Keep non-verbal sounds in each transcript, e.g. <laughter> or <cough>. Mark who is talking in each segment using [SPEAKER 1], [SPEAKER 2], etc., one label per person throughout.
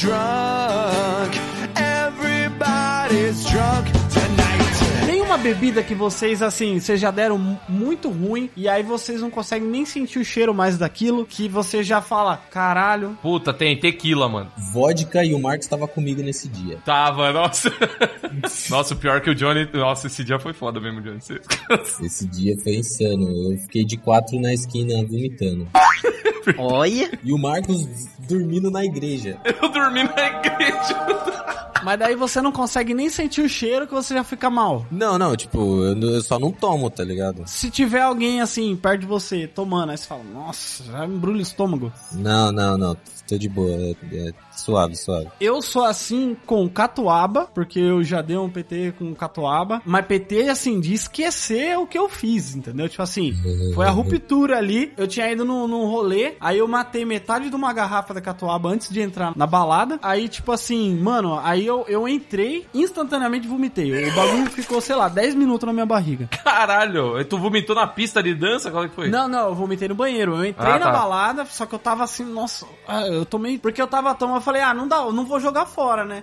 [SPEAKER 1] drunk. Everybody's drunk tonight.
[SPEAKER 2] Tem uma bebida que vocês, assim, vocês já deram mu- muito ruim e aí vocês não conseguem nem sentir o cheiro mais daquilo que você já fala, caralho.
[SPEAKER 3] Puta, tem tequila, mano.
[SPEAKER 4] Vodka e o Marcos estava comigo nesse dia.
[SPEAKER 3] Tava, nossa. nossa, o pior que o Johnny. Nossa, esse dia foi foda mesmo, Johnny. Você-
[SPEAKER 4] Esse dia foi insano. Eu fiquei de quatro na esquina vomitando.
[SPEAKER 5] Olha.
[SPEAKER 4] E o Marcos dormindo na igreja.
[SPEAKER 3] Eu dormi na igreja.
[SPEAKER 2] Mas daí você não consegue nem sentir o cheiro que você já fica mal.
[SPEAKER 4] Não, não, tipo, eu, eu só não tomo, tá ligado?
[SPEAKER 2] Se tiver alguém assim perto de você tomando, aí você fala, nossa, já me embrulha o estômago.
[SPEAKER 4] Não, não, não. Tô de boa. É, é suave, suave.
[SPEAKER 2] Eu sou assim com catuaba, porque eu já dei um PT com catuaba, mas PT assim de esquecer o que eu fiz, entendeu? Tipo assim, foi a ruptura ali. Eu tinha ido num, num rolê, aí eu matei metade de uma garrafa da catuaba antes de entrar na balada. Aí, tipo assim, mano, aí eu, eu entrei, instantaneamente vomitei. O bagulho ficou, sei lá, 10 minutos na minha barriga.
[SPEAKER 3] Caralho, tu vomitou na pista de dança? Qual é que foi?
[SPEAKER 2] Não, não, eu vomitei no banheiro. Eu entrei
[SPEAKER 3] Ah,
[SPEAKER 2] na
[SPEAKER 3] tá.
[SPEAKER 2] balada, só que eu tava assim, nossa, ah, eu tomei. Porque eu tava tomando, eu falei, ah, não dá, eu não vou jogar fora,
[SPEAKER 3] <laughs>
[SPEAKER 2] né?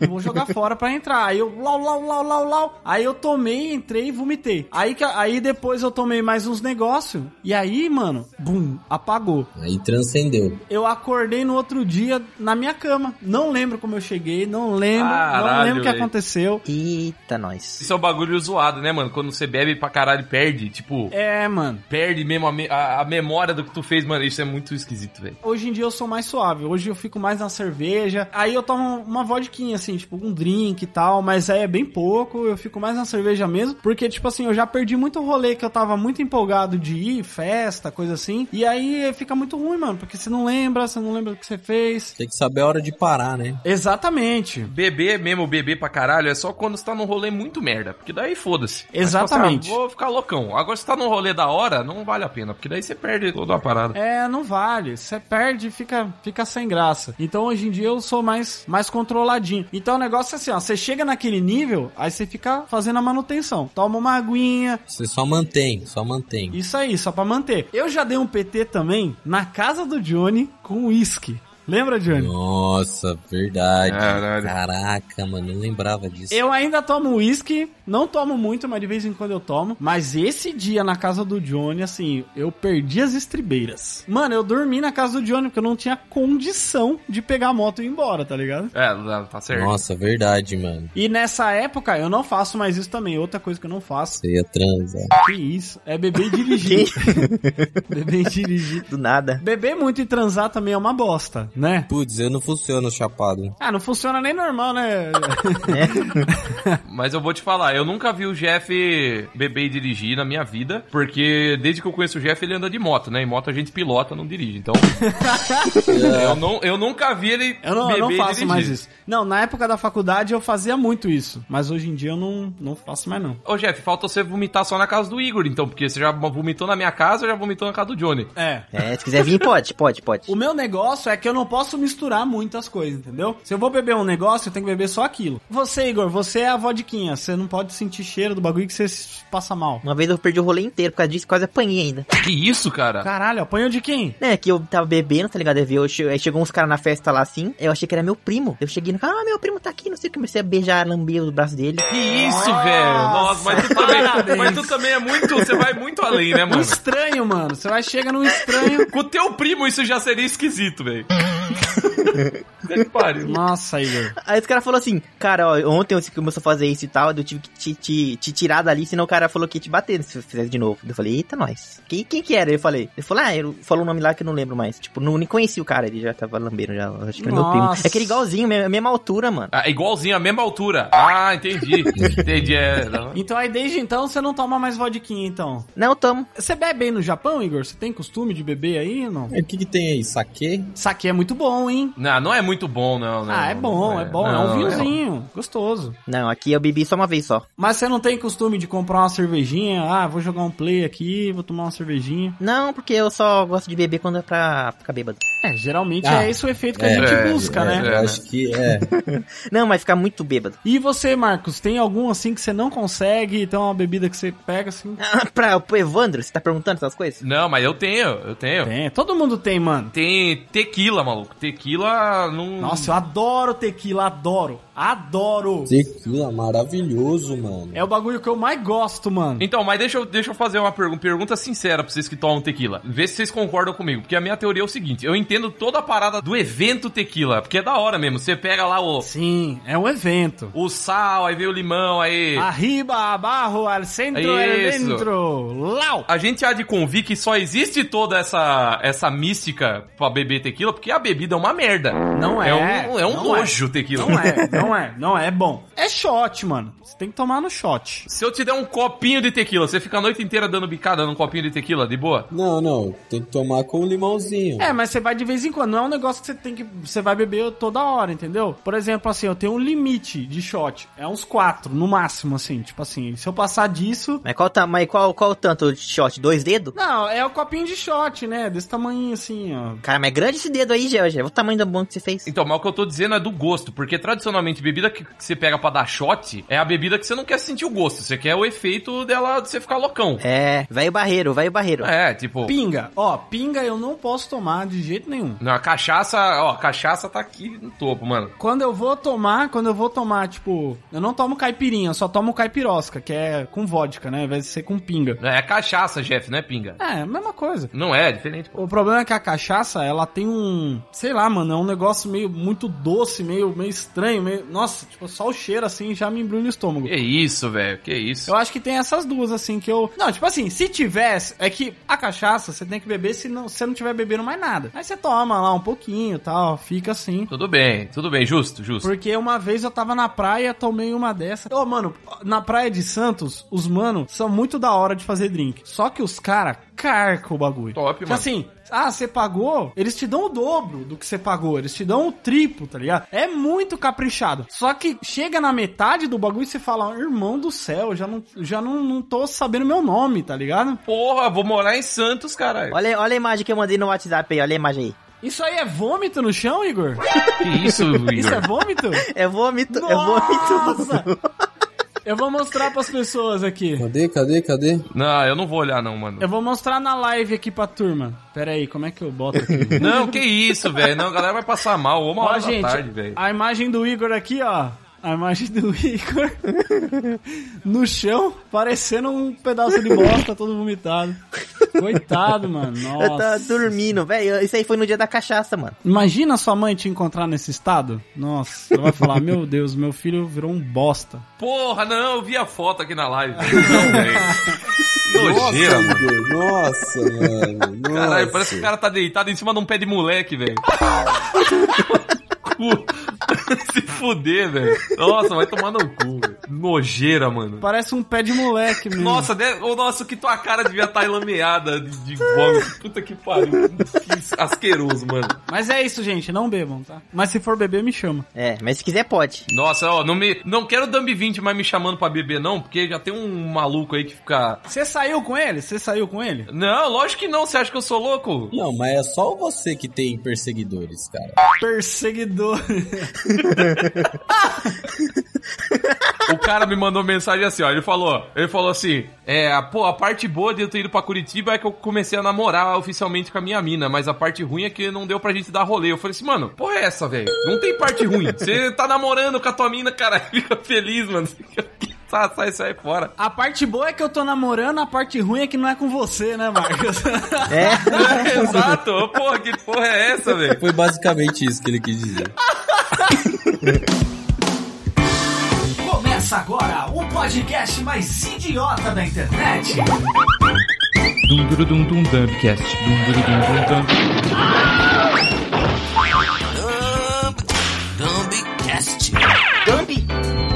[SPEAKER 2] Eu vou jogar fora pra entrar. Aí eu, lau, lau, lau, lau, lau. Aí eu tomei, entrei e vomitei. Aí, que- aí depois eu tomei mais uns negócios. E aí, mano, bum, apagou.
[SPEAKER 4] Aí transcendeu.
[SPEAKER 2] Eu acordei no outro dia na minha cama. Não lembro como eu cheguei, não lembro, não
[SPEAKER 3] Caralho,
[SPEAKER 2] lembro o que
[SPEAKER 3] velho.
[SPEAKER 2] aconteceu.
[SPEAKER 5] Eita, nós.
[SPEAKER 3] Isso é um bagulho zoado, né, mano? Quando você bebe pra caralho, perde. Tipo,
[SPEAKER 2] É, mano.
[SPEAKER 3] perde mesmo a, me- a- a memória do que tu fez, mano. Isso é muito esquisito, velho.
[SPEAKER 2] Hoje em dia eu sou mais suave. Hoje eu fico mais na cerveja. Aí eu tomo uma vodquinha, assim, tipo, um drink e tal. Mas aí é bem pouco. Eu fico mais na cerveja mesmo. Porque, tipo assim, eu já perdi muito rolê que eu tava muito empolgado de ir, festa, coisa assim. E aí fica muito ruim, mano. Porque você não lembra, você não lembra o que você fez.
[SPEAKER 4] Tem que saber a hora de parar, né?
[SPEAKER 2] Exatamente.
[SPEAKER 3] Beber é mesmo, beber pra caralho, é só quando você tá num rolê muito merda. Porque daí foda-se. Mas
[SPEAKER 2] Exatamente.
[SPEAKER 3] quando você, ah, vou ficar loucão. Agora se tá num rolê da hora, não vale a pena. Porque daí você perde toda a parada.
[SPEAKER 2] É, não vale. Você perde, fica, fica sem graça. Então hoje em dia eu sou mais, mais controladinho. Então o negócio é assim, ó. Você chega naquele nível, aí você fica fazendo a manutenção. Toma uma aguinha,
[SPEAKER 4] Você só mantém, só mantém.
[SPEAKER 2] Isso aí, só pra manter. Eu já dei um PT também na casa do Johnny com uísque. Lembra, Johnny?
[SPEAKER 4] Nossa, verdade.
[SPEAKER 3] Caralho.
[SPEAKER 4] Caraca, mano, não lembrava disso.
[SPEAKER 2] Eu ainda tomo uísque, não tomo muito, mas de vez em quando eu tomo. Mas esse dia na casa do Johnny, assim, eu perdi as estribeiras. Mano, eu dormi na casa do Johnny porque eu não tinha condição de pegar a moto e ir embora, tá ligado?
[SPEAKER 3] É, não, tá certo.
[SPEAKER 4] Nossa, verdade, mano.
[SPEAKER 2] E nessa época eu não faço mais isso também. Outra coisa que eu não faço.
[SPEAKER 4] Você ia transar.
[SPEAKER 2] Que isso? É beber e dirigir. beber e dirigir.
[SPEAKER 5] Do nada.
[SPEAKER 2] Beber muito e transar também é uma bosta, né?
[SPEAKER 4] Putz, eu não funciono chapado.
[SPEAKER 2] Ah, não funciona nem normal, né?
[SPEAKER 3] Mas eu vou te falar, eu nunca vi o Jeff beber e dirigir na minha vida, porque desde que eu conheço o Jeff ele anda de moto, né? E moto a gente pilota, não dirige.
[SPEAKER 2] <laughs>
[SPEAKER 3] Então, eu, não, eu nunca vi ele
[SPEAKER 2] <laughs> Eu não, eu
[SPEAKER 3] beber
[SPEAKER 2] não
[SPEAKER 3] e
[SPEAKER 2] faço
[SPEAKER 3] dirigir.
[SPEAKER 2] mais isso. Não, na época da faculdade eu fazia muito isso. Mas hoje em dia eu não, não faço mais, não.
[SPEAKER 3] Ô, Jeff, falta você vomitar só na casa do Igor, então, porque você já vomitou na minha casa, já vomitou na casa do Johnny.
[SPEAKER 2] É.
[SPEAKER 5] É, se quiser vir, pode, pode, pode.
[SPEAKER 2] O meu negócio é que eu não posso misturar muitas coisas, entendeu? Se eu vou beber um negócio, eu tenho que beber só aquilo. Você, Igor, você é a vodquinha. Você não pode sentir cheiro do bagulho que você se passa mal.
[SPEAKER 5] Uma vez eu perdi o rolê inteiro por causa disso, quase apanhei ainda.
[SPEAKER 3] Que isso, cara?
[SPEAKER 2] Caralho, apanhou de quem?
[SPEAKER 5] É, que eu tava bebendo, tá ligado? Eu vi, eu che- aí chegou uns caras na festa lá assim, eu achei que era meu primo. Eu cheguei no cara, ah, meu primo tá aqui, não sei o que, comecei a beijar, lamber o braço dele.
[SPEAKER 3] Que isso, velho? Nossa, mas tu, também,
[SPEAKER 2] Parabéns.
[SPEAKER 3] mas tu também é muito. Você vai muito além, né,
[SPEAKER 2] Um <laughs>
[SPEAKER 3] mano?
[SPEAKER 2] estranho, mano. Você vai chegar num estranho.
[SPEAKER 3] Com o teu primo isso já seria
[SPEAKER 2] <laughs>
[SPEAKER 3] esquisito, velho. Puta que pariu.
[SPEAKER 2] Nossa, Igor.
[SPEAKER 5] Aí os caras falaram assim, cara, ó, ontem você começou a fazer isso e tal, eu tive que te, te, te tirar dali, senão o cara falou que ia te bater se você fizesse de novo. Eu falei, eita, nós. Quem, quem que era? Eu falei, ele falou, ah, ele falou um nome lá que eu não lembro mais. Tipo, não, nem conheci o cara, ele já tava lambendo já, eu acho que era meu primo.
[SPEAKER 2] Nossa.
[SPEAKER 5] É aquele igualzinho, me- mesma altura, mano.
[SPEAKER 3] Ah, igualzinho, a mesma altura. Ah, entendi. entendi, é. não.
[SPEAKER 2] Então aí desde então você não toma mais vodquinha, então.
[SPEAKER 5] Não, tamo.
[SPEAKER 2] Você bebe aí no Japão, Igor? Você tem costume de beber aí ou não?
[SPEAKER 4] É, O que que tem aí? Saque?
[SPEAKER 2] Saque é muito bom, hein?
[SPEAKER 3] Não, não é muito bom, não. não.
[SPEAKER 2] ah, é bom, é, bom. é um
[SPEAKER 3] não,
[SPEAKER 2] vinhozinho, gostoso.
[SPEAKER 5] Não, aqui eu bebi só uma vez só.
[SPEAKER 2] Mas você não tem costume de comprar uma cervejinha? Ah, vou jogar um play aqui, vou tomar uma cervejinha.
[SPEAKER 5] Não, porque eu só gosto de beber quando é pra ficar bêbado.
[SPEAKER 2] É, geralmente
[SPEAKER 4] Ah,
[SPEAKER 2] é esse o efeito que a
[SPEAKER 4] é,
[SPEAKER 2] gente
[SPEAKER 3] é,
[SPEAKER 2] busca,
[SPEAKER 4] é,
[SPEAKER 2] né?
[SPEAKER 4] Eu acho
[SPEAKER 3] <laughs>
[SPEAKER 4] que é.
[SPEAKER 5] Não, mas ficar muito bêbado.
[SPEAKER 2] E você, Marcos, tem algum assim que você não consegue? Tem uma bebida que você pega assim?
[SPEAKER 5] Ah, pra, pro Evandro, você tá perguntando essas coisas?
[SPEAKER 3] Não, mas eu tenho, eu tenho.
[SPEAKER 2] Tem, todo mundo tem, mano.
[SPEAKER 3] Tem tequila, maluco. Tequila não.
[SPEAKER 2] Nossa, eu adoro tequila, adoro. Adoro.
[SPEAKER 4] Tequila, maravilhoso, mano.
[SPEAKER 2] É o bagulho que eu mais gosto, mano.
[SPEAKER 3] Então, mas deixa eu, deixa eu fazer uma pergunta, pergunta sincera pra vocês que tomam tequila. Vê se vocês concordam comigo. Porque a minha teoria é o seguinte: eu entendo toda a parada do evento tequila. Porque é da hora mesmo. Você pega lá o,
[SPEAKER 2] Sim, é um evento.
[SPEAKER 3] o sal, aí vem o limão, aí.
[SPEAKER 2] Arriba, abarro, al centro, al
[SPEAKER 3] Isso.
[SPEAKER 2] dentro. Lau.
[SPEAKER 3] A gente há de convir que só existe toda essa, essa mística pra beber tequila, porque a bebida é uma merda.
[SPEAKER 2] Não
[SPEAKER 3] É
[SPEAKER 2] é,
[SPEAKER 3] um, é um
[SPEAKER 2] não
[SPEAKER 3] nojo tequila.
[SPEAKER 2] Não é, não é, não é bom. É shot, mano. Você tem que tomar no shot.
[SPEAKER 3] <laughs> Se eu te der um copinho de tequila, você fica a noite inteira dando bicada num copinho de tequila, de boa?
[SPEAKER 4] Não, não. Tem que tomar com limãozinho.
[SPEAKER 2] um É, mas você vai de vez em quando. Não é um negócio que você tem que. Você vai beber toda hora, entendeu? Por exemplo, assim, eu tenho um limite de shot. É uns quatro, no máximo, assim. Tipo assim, se eu passar disso.
[SPEAKER 5] Mas qual, tá, mas qual, qual o tanto de shot? Dois dedos?
[SPEAKER 2] Não, é o copinho de shot, né? Desse tamanho assim, ó.
[SPEAKER 5] Cara, mas é grande esse dedo aí, Gel, Gel. O tamanho da mão que você fez.
[SPEAKER 3] Então, mas o que eu tô dizendo é do gosto, porque tradicionalmente bebida que que você pega pra dar shot é a bebida que você não quer sentir o gosto, você quer o efeito dela de você ficar loucão.
[SPEAKER 5] É, vai o barreiro, vai o barreiro.
[SPEAKER 3] É, tipo,
[SPEAKER 2] Pinga. Ó, pinga eu não posso tomar de jeito nenhum.
[SPEAKER 3] na cachaça, ó, cachaça tá aqui no topo, mano.
[SPEAKER 2] Quando eu vou tomar, quando eu vou tomar, tipo, eu não tomo caipirinha, eu só tomo caipirosca, que é com vodka, né? Ao invés de ser com pinga.
[SPEAKER 3] É cachaça, Jeff, não é pinga.
[SPEAKER 2] É, a mesma coisa.
[SPEAKER 3] Não é, é diferente, pô.
[SPEAKER 2] O problema é que a cachaça, ela tem um. Sei lá, mano, é um negócio meio muito doce, meio, meio estranho. Meio, nossa, tipo, só o cheiro assim já me embrulha o estômago.
[SPEAKER 3] Que isso, velho, que isso.
[SPEAKER 2] Eu acho que tem essas duas, assim, que eu. Não, tipo assim, se tivesse. É que a cachaça você tem que beber se não, se você não tiver bebendo mais nada. Aí você toma lá um pouquinho tal, fica assim.
[SPEAKER 3] Tudo bem, tudo bem, justo, justo.
[SPEAKER 2] Porque uma vez eu tava na praia, tomei uma dessa. Ô, mano, na praia de Santos, os mano são muito da hora de fazer drink. Só que os cara carca o bagulho.
[SPEAKER 3] Top,
[SPEAKER 2] Tipo
[SPEAKER 3] mano.
[SPEAKER 2] assim, ah, você pagou? Eles te dão o dobro do que você pagou. Eles te dão o triplo, tá ligado? É muito caprichado. Só que chega na metade do bagulho e você fala, irmão do céu, eu já não, já não, não tô sabendo meu nome, tá ligado?
[SPEAKER 3] Porra, vou morar em Santos, caralho.
[SPEAKER 5] Olha, olha a imagem que eu mandei no WhatsApp aí, olha a imagem aí.
[SPEAKER 2] Isso aí é vômito no chão, Igor?
[SPEAKER 3] Que <laughs> isso,
[SPEAKER 2] Isso é
[SPEAKER 3] Igor. <laughs>
[SPEAKER 2] vômito?
[SPEAKER 5] É vômito, é vômito.
[SPEAKER 2] Eu vou mostrar pras pessoas aqui.
[SPEAKER 4] Cadê, cadê, cadê?
[SPEAKER 3] Não, eu não vou olhar não, mano.
[SPEAKER 2] Eu vou mostrar na live aqui pra turma. Pera aí, como é que eu boto
[SPEAKER 3] <laughs>
[SPEAKER 2] aqui?
[SPEAKER 3] Não, que isso, velho. Não, a galera vai passar mal. Uma
[SPEAKER 2] ó,
[SPEAKER 3] hora
[SPEAKER 2] gente,
[SPEAKER 3] da tarde, velho.
[SPEAKER 2] a imagem do Igor aqui, ó. A imagem do <laughs> Igor no chão, parecendo um pedaço de bosta, todo vomitado. Coitado, mano.
[SPEAKER 5] <laughs> Eu tava
[SPEAKER 2] Nossa.
[SPEAKER 5] dormindo, velho. Isso aí foi no dia da cachaça, mano.
[SPEAKER 2] Imagina sua mãe te encontrar nesse estado. Nossa, ela vai falar: Meu Deus, meu filho virou um bosta.
[SPEAKER 3] Porra, não, eu vi a foto aqui na
[SPEAKER 2] <laughs>
[SPEAKER 3] live. Não, velho. Nojeira, mano.
[SPEAKER 4] Igor, Nossa, mano. Nossa.
[SPEAKER 3] Caralho, parece que o cara tá deitado em cima de um pé de moleque,
[SPEAKER 2] <laughs>
[SPEAKER 3] velho. <laughs> Cu. Se fuder, velho. Nossa, vai tomar no cu, velho. Nojeira, mano.
[SPEAKER 2] Parece um pé de moleque, mesmo.
[SPEAKER 3] Nossa, de... ô, nossa, que tua cara devia estar enlameada de, de vômito. Puta que pariu. Que asqueroso, mano.
[SPEAKER 2] Mas é isso, gente. Não bebam, tá? Mas se for beber, me chama.
[SPEAKER 5] É, mas se quiser pode.
[SPEAKER 3] Nossa, ó, não me. Não quero Dumb 20 mais me chamando pra beber, não, porque já tem um maluco aí que fica.
[SPEAKER 2] Você saiu com ele? Você saiu com ele?
[SPEAKER 3] Não, lógico que não. Você acha que eu sou louco?
[SPEAKER 4] Não, mas é só você que tem perseguidores, cara.
[SPEAKER 2] Perseguidor.
[SPEAKER 3] O cara me mandou mensagem assim, ó. Ele falou, ele falou assim: É, a- pô, a parte boa de eu ter ido pra Curitiba é que eu comecei a namorar oficialmente com a minha mina, mas a parte ruim é que não deu pra gente dar rolê. Eu falei assim, mano, porra é essa, velho? Não tem parte ruim. Você tá namorando com a tua mina, cara, <laughs> fica feliz, mano. Sai, sai, sai fora.
[SPEAKER 2] A parte boa é que eu tô namorando, a parte ruim é que não é com você, né, Marcos?
[SPEAKER 5] É.
[SPEAKER 3] É, exato, porra, que porra é essa, velho?
[SPEAKER 4] Foi basicamente isso que ele quis dizer.
[SPEAKER 2] <laughs> Começa agora o podcast mais idiota da internet.
[SPEAKER 3] Dum dum dum dum Dumbcast. Dum dum dum dum
[SPEAKER 6] Dumbi,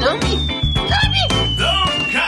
[SPEAKER 6] Dumbi, Dumbi.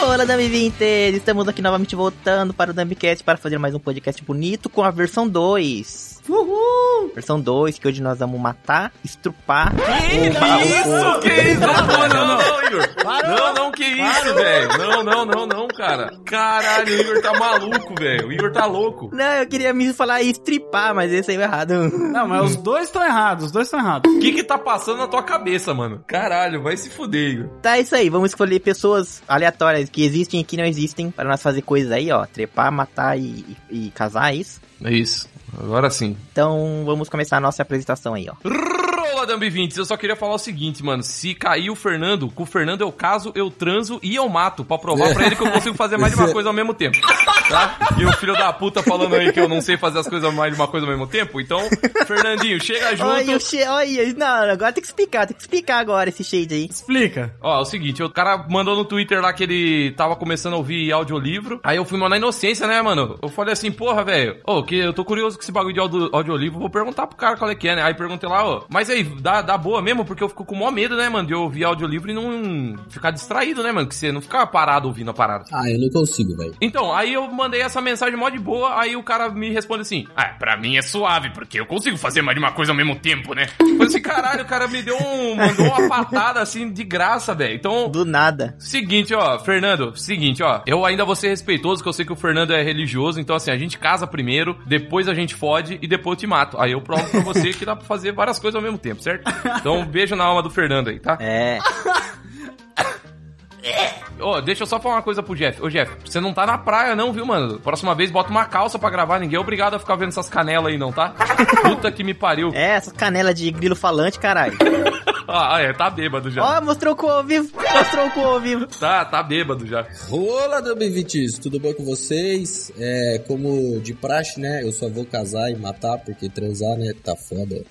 [SPEAKER 5] Olá, Dumb Vintage! Estamos aqui novamente voltando para o Dumbcast para fazer mais um podcast bonito com a versão 2. Uhul! Versão 2, que hoje nós vamos matar, estrupar.
[SPEAKER 2] Que isso?
[SPEAKER 3] Não, não, não, não, Igor. Não, não, que isso, velho. Não, não, não, não, cara. Caralho, o Igor tá maluco, velho. O Igor tá louco.
[SPEAKER 5] Não, eu queria me falar estripar, mas esse saiu errado.
[SPEAKER 2] Não, mas os dois estão errados, os dois estão errados.
[SPEAKER 3] O que que tá passando na tua cabeça, mano? Caralho, vai se fuder, Igor.
[SPEAKER 5] Tá, é isso aí. Vamos escolher pessoas aleatórias que existem e que não existem para nós fazer coisas aí, ó. Trepar, matar e, e, e casar, é isso?
[SPEAKER 3] É isso. Agora sim.
[SPEAKER 5] Então vamos começar a nossa apresentação aí, ó.
[SPEAKER 3] Rola, Dambi 20 Eu só queria falar o seguinte, mano. Se cair o Fernando, com o Fernando eu caso, eu transo e eu mato. Pra provar pra ele que eu consigo fazer mais de uma coisa ao mesmo tempo. Tá? E o filho da puta falando aí que eu não sei fazer as coisas mais de uma coisa ao mesmo tempo. Então, Fernandinho, chega
[SPEAKER 5] Olha, o
[SPEAKER 3] junto.
[SPEAKER 5] che... Olha, não, agora tem que explicar, tem que explicar agora esse shade aí.
[SPEAKER 2] Explica.
[SPEAKER 3] Ó, é o seguinte, o cara mandou no Twitter lá que ele tava começando a ouvir audiolivro. Aí eu fui mandar inocência, né, mano? Eu falei assim, porra, velho. Ô, que eu tô curioso com esse bagulho de audio- audiolivro. Vou perguntar pro cara qual é que é, né? Aí perguntei lá, ó. Mas aí, dá, dá boa mesmo? Porque eu fico com o maior medo, né, mano? De eu ouvir audiolivro e não ficar distraído, né, mano? Que você não ficar parado ouvindo a parada.
[SPEAKER 4] Ah, eu não consigo, velho.
[SPEAKER 3] Então, aí eu mandei essa mensagem mó de boa, aí o cara me responde assim: Ah, pra mim é suave, porque eu consigo fazer mais de uma coisa ao mesmo tempo, né? Eu falei assim, caralho, o cara me deu um. mandou uma patada assim de graça, velho. Então.
[SPEAKER 5] Do nada.
[SPEAKER 3] Seguinte, ó, Fernando, seguinte, ó. Eu ainda vou ser respeitoso, que eu sei que o Fernando é religioso, então assim, a gente casa primeiro, depois a gente fode e depois eu te mato. Aí eu provo pra você que dá pra fazer várias coisas ao mesmo tempo, certo? Então, um beijo na alma do Fernando aí, tá?
[SPEAKER 5] É.
[SPEAKER 3] Ô, deixa eu só falar uma coisa pro Jeff. Ô, Jeff, você não tá na praia, não, viu, mano? Próxima vez bota uma calça pra gravar, ninguém é obrigado a ficar vendo essas canelas aí, não, tá? Puta que me pariu.
[SPEAKER 5] É, essas canelas de grilo falante, caralho.
[SPEAKER 3] Ah, é, tá bêbado já.
[SPEAKER 5] Ó, mostrou o cu ao vivo. Mostrou o cu ao vivo.
[SPEAKER 3] Tá, tá bêbado já.
[SPEAKER 4] Olá, Dambivitis, tudo bem com vocês? É, como de praxe, né? Eu só vou casar e matar, porque transar, né? Tá foda.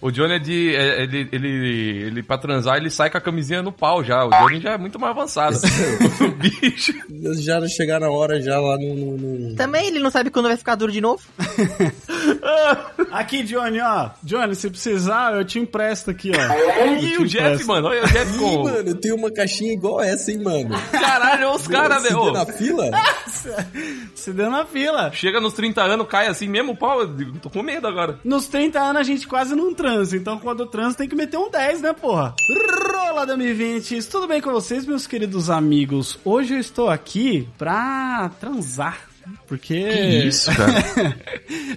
[SPEAKER 3] O Johnny é de. é- ele, ele, ele, pra transar, ele sai com a camisinha no pau já. O Johnny já é muito mais
[SPEAKER 4] <laughs>
[SPEAKER 3] avançado. o bicho.
[SPEAKER 4] Eles já não chegaram na hora, já lá no. no- no-
[SPEAKER 5] Também ele não sabe quando vai ficar duro de novo.
[SPEAKER 2] Aqui, Johnny, ó. Johnny, se precisar, eu te empresto aqui, ó. Eu
[SPEAKER 3] E
[SPEAKER 2] te
[SPEAKER 3] o Jeff,
[SPEAKER 2] empresto.
[SPEAKER 3] mano? Olha o Jeff
[SPEAKER 4] É tipo Ih,
[SPEAKER 3] com.
[SPEAKER 4] mano, eu tenho uma caixinha igual essa, hein, mano?
[SPEAKER 3] Caralho, olha os caras,
[SPEAKER 4] Se
[SPEAKER 3] velho.
[SPEAKER 4] der
[SPEAKER 3] Ô,
[SPEAKER 4] na fila?
[SPEAKER 2] Se deu na fila.
[SPEAKER 3] Chega nos 30 anos, cai assim mesmo o pau. Eu tô com medo agora.
[SPEAKER 2] Nos 30 anos a gente quase não transa, então quando transa tem que meter um 10, né, porra? Rola, Dami 20 tudo bem com vocês, meus queridos amigos? Hoje eu estou aqui pra transar. Porque. <laughs>
[SPEAKER 3] cara.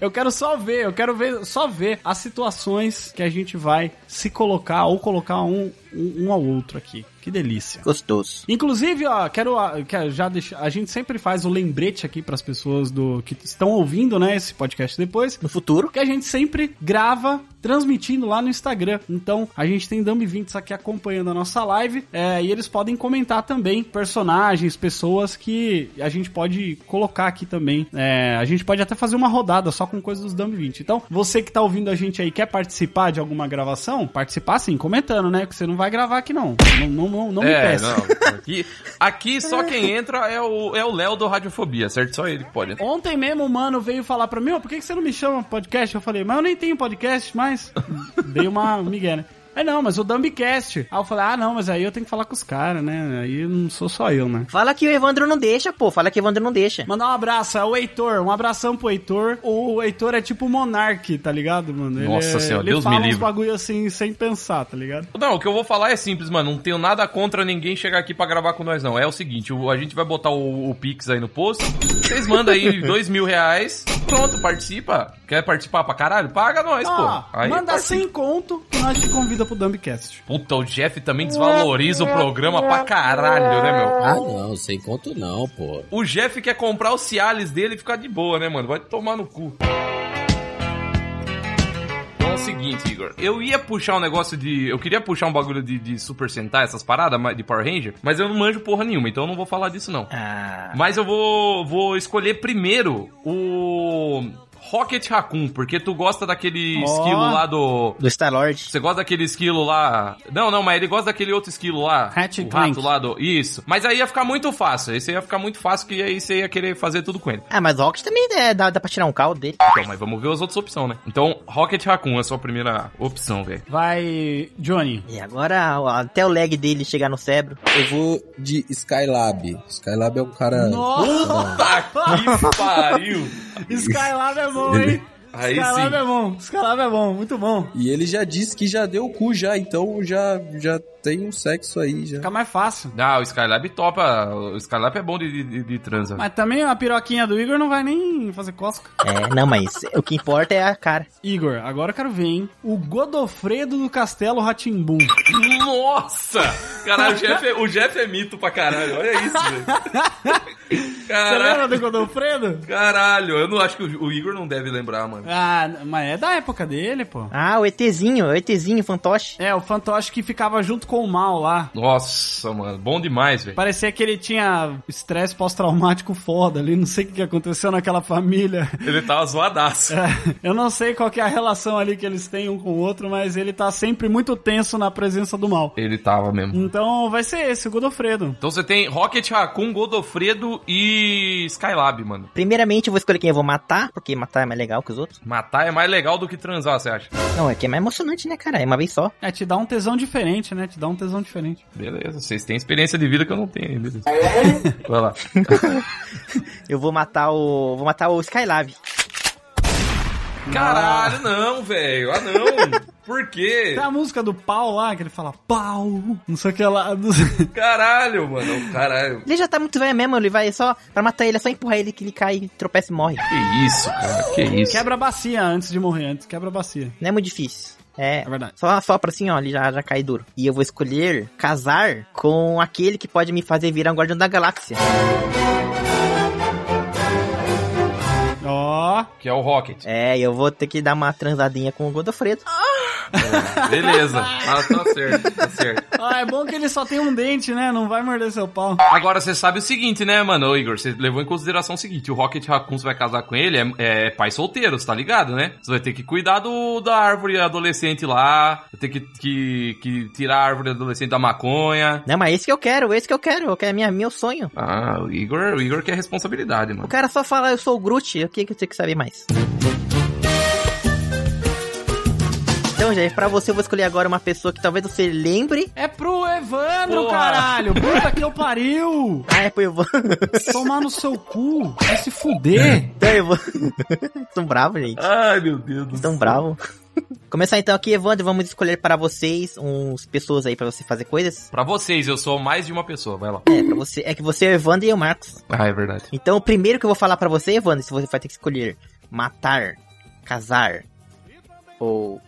[SPEAKER 2] eu quero só ver, eu quero ver, só ver as situações que a gente vai se colocar ou colocar um, um, um ao outro aqui. Que delícia.
[SPEAKER 5] Gostoso.
[SPEAKER 2] Inclusive, ó, quero, ah, quero já deixar. A gente sempre faz o lembrete aqui pras pessoas do que estão ouvindo, né, esse podcast depois.
[SPEAKER 5] No futuro.
[SPEAKER 2] Porque a gente sempre grava transmitindo lá no Instagram. Então, a gente tem Dumb Vintes aqui acompanhando a nossa live. é, e eles podem comentar também personagens, pessoas que a gente pode colocar aqui também. É, a gente pode até fazer uma rodada só com coisas dos Dumb 20. Então, você que tá ouvindo a gente aí, quer participar de alguma gravação? Participar sim, comentando, né? Que você não vai gravar aqui não. Não, não, não, não me
[SPEAKER 3] é,
[SPEAKER 2] peça.
[SPEAKER 3] não. Aqui, aqui só quem entra é o é o Léo do Radiofobia, certo? Só ele que pode. entrar.
[SPEAKER 2] Ontem mesmo o mano veio falar pra mim, ó, por que que você não me chama pro podcast? Eu falei, mas eu nem tenho podcast, mas dei uma migué, né? Aí não, mas o Dumbcast. Aí eu falei, ah não, mas aí eu tenho que falar com os caras, né? Aí não sou só eu, né?
[SPEAKER 5] Fala que o Evandro não deixa, pô. Fala que o Evandro não deixa.
[SPEAKER 2] Mandar um abraço, é o Heitor, um abração pro Heitor. O Heitor é tipo o Monark, tá ligado, mano? Ele
[SPEAKER 3] Nossa
[SPEAKER 2] é-
[SPEAKER 3] Senhora,
[SPEAKER 2] ele
[SPEAKER 3] Deus me
[SPEAKER 2] fala uns
[SPEAKER 3] livre.
[SPEAKER 2] bagulho assim, sem pensar, tá ligado?
[SPEAKER 3] Não, o que eu vou falar é simples, mano. Não tenho nada contra ninguém chegar aqui pra gravar com nós, não. É o seguinte, o- a gente vai botar o, o Pix aí no post. Vocês
[SPEAKER 2] <laughs>
[SPEAKER 3] mandam aí dois mil reais. Pronto, participa. Quer participar pra caralho? Paga nós,
[SPEAKER 2] Ó,
[SPEAKER 3] pô. Aí
[SPEAKER 2] manda
[SPEAKER 3] participa.
[SPEAKER 2] sem conto que nós te convida pro Dumbcast.
[SPEAKER 3] Puta, o Jeff também desvaloriza o programa pra caralho, né, meu?
[SPEAKER 4] Ah, não, sem conto não, pô.
[SPEAKER 3] O Jeff quer comprar o Cialis dele e ficar de boa, né, mano? Vai tomar no cu. Então é o seguinte, Igor. Eu ia puxar um negócio de. Eu queria puxar um bagulho de, de Super Sentai, essas paradas mas- de Power Ranger, mas eu não manjo porra nenhuma, então eu não vou falar disso, não.
[SPEAKER 5] Ah.
[SPEAKER 3] Mas eu vou, vou escolher primeiro o. Rocket Raccoon, porque tu gosta daquele
[SPEAKER 2] Ó.
[SPEAKER 3] esquilo lá do.
[SPEAKER 5] Do Star-Lord.
[SPEAKER 3] Você gosta daquele esquilo lá. Não, não, mas ele gosta daquele outro esquilo lá.
[SPEAKER 2] Ratchet
[SPEAKER 3] o rato
[SPEAKER 2] Clank.
[SPEAKER 3] lá do. Isso. Mas aí ia ficar muito fácil. Esse ia ficar muito fácil, que aí você ia querer fazer tudo com ele.
[SPEAKER 5] Ah, mas o Rocket também é, dá, dá pra tirar um caldo dele.
[SPEAKER 3] Então, mas vamos ver as outras opções, né? Então, Rocket Raccoon é a sua primeira opção, velho.
[SPEAKER 2] Vai, Johnny.
[SPEAKER 5] E agora, ó, até o lag dele chegar no cérebro.
[SPEAKER 4] Eu vou de Skylab. Skylab é um cara.
[SPEAKER 2] Nossa!
[SPEAKER 3] Tá que pariu!
[SPEAKER 2] Skylab é bom, hein?
[SPEAKER 3] Aí
[SPEAKER 2] Escalab é
[SPEAKER 3] sim.
[SPEAKER 2] bom, Escalab é bom, muito bom.
[SPEAKER 4] E ele já disse que já deu o cu já, então já, já tem um sexo aí já.
[SPEAKER 2] Fica mais fácil.
[SPEAKER 3] Não, Ah, o Skylab topa. O Skylab é bom de, de, de transa.
[SPEAKER 2] Mas também a piroquinha do Igor não vai nem fazer cosca.
[SPEAKER 5] É, não, mas o que importa é a cara.
[SPEAKER 2] Igor, agora eu quero ver, hein? O Godofredo do Castelo Ratimbum.
[SPEAKER 3] Nossa! Caralho, o Jeff, é, o Jeff é mito pra caralho. Olha isso, velho.
[SPEAKER 2] <laughs> Você
[SPEAKER 3] Caralho,
[SPEAKER 2] lembra do Godofredo?
[SPEAKER 3] caralho. Eu não acho que o, o Igor não deve lembrar, mano.
[SPEAKER 2] Ah, mas é da época dele, pô.
[SPEAKER 5] Ah, o ETzinho, o ETzinho, fantoche.
[SPEAKER 2] É, o fantoche que ficava junto com o mal lá.
[SPEAKER 3] Nossa, mano. Bom demais, velho.
[SPEAKER 2] Parecia que ele tinha estresse pós-traumático foda ali, não sei o que que aconteceu naquela família. <laughs>
[SPEAKER 3] Ele tava zoadaço.
[SPEAKER 2] É, Eu não sei qual que é a relação ali que eles têm um com o outro, mas ele tá sempre muito tenso na presença do mal.
[SPEAKER 3] Ele tava
[SPEAKER 5] Uhum.
[SPEAKER 3] mesmo.
[SPEAKER 2] Então vai ser esse, o Godofredo.
[SPEAKER 3] Então você tem Rocket Raccoon, Godofredo e Skylab, mano.
[SPEAKER 5] Primeiramente, eu vou escolher quem eu vou matar, porque matar é mais legal que os outros.
[SPEAKER 3] Matar é mais legal do que transar, você acha?
[SPEAKER 5] Não, é que é mais emocionante, né, cara? É uma vez só.
[SPEAKER 2] É, te dá um tesão diferente, né? Te dá um tesão diferente.
[SPEAKER 3] Beleza, vocês têm experiência de vida que eu não tenho ainda. Vai lá.
[SPEAKER 5] Eu vou matar o. Vou matar o Skylab.
[SPEAKER 3] Caralho, não, velho. Ah, não. Por
[SPEAKER 5] É.
[SPEAKER 3] quê?
[SPEAKER 2] Tem a música do pau lá, que ele fala pau, não sei o que lá.
[SPEAKER 3] Caralho, mano. Caralho.
[SPEAKER 5] Ele já tá muito velho mesmo, ele vai só. Pra matar ele, é só empurrar ele que ele cai, tropeça e morre.
[SPEAKER 3] Que isso, cara. Que isso.
[SPEAKER 2] <laughs> Quebra a bacia antes de morrer, antes quebra a bacia.
[SPEAKER 5] Não é muito difícil. É,
[SPEAKER 2] É verdade.
[SPEAKER 5] só sopra assim, ó, ele já, já cai duro. E eu vou escolher casar com aquele que pode me fazer virar um guardião da galáxia. <laughs>
[SPEAKER 2] Ó,
[SPEAKER 3] Que é o Rocket.
[SPEAKER 5] É, eu vou ter que dar uma transadinha com o Godofredo.
[SPEAKER 3] Beleza. Ah, tá certo, tá certo.
[SPEAKER 2] ah, é bom que ele só tem um dente, né? Não vai morder seu pau.
[SPEAKER 3] Agora você sabe o seguinte, né, mano, Ô, Igor? Você levou em consideração o seguinte: o Rocket Raccoon você vai casar com ele, é, é pai solteiro, você tá ligado, né? Você vai ter que cuidar do, da árvore adolescente lá, vai ter que, que, que tirar a árvore adolescente da maconha.
[SPEAKER 5] Não, mas esse que eu quero, esse que eu quero, que é minha, meu sonho.
[SPEAKER 3] Ah, o Igor, o Igor quer responsabilidade, mano.
[SPEAKER 5] O cara só fala, eu sou o Groot, o que que eu tenho que saber mais? Então, gente, pra você eu vou escolher agora uma pessoa que talvez você lembre.
[SPEAKER 2] É pro Evandro,
[SPEAKER 3] Porra.
[SPEAKER 2] caralho! Puta que eu pariu!
[SPEAKER 5] Ah, é, pô, eu vou... <laughs>
[SPEAKER 2] Tomar no seu cu, vai se fuder!
[SPEAKER 5] Então eu vou... <laughs> Tão bravo, gente.
[SPEAKER 3] Ai, meu Deus do
[SPEAKER 5] Tão bravo. <laughs> Começar então aqui, Evandro, vamos escolher para vocês uns pessoas aí pra você fazer coisas.
[SPEAKER 3] Pra vocês, eu sou mais de uma pessoa, vai lá.
[SPEAKER 5] É, pra você, é que você é o Evandro e eu, Marcos.
[SPEAKER 3] Ah, é verdade.
[SPEAKER 5] Então, o primeiro que eu vou falar pra você, Evandro, se você vai ter que escolher matar, casar ou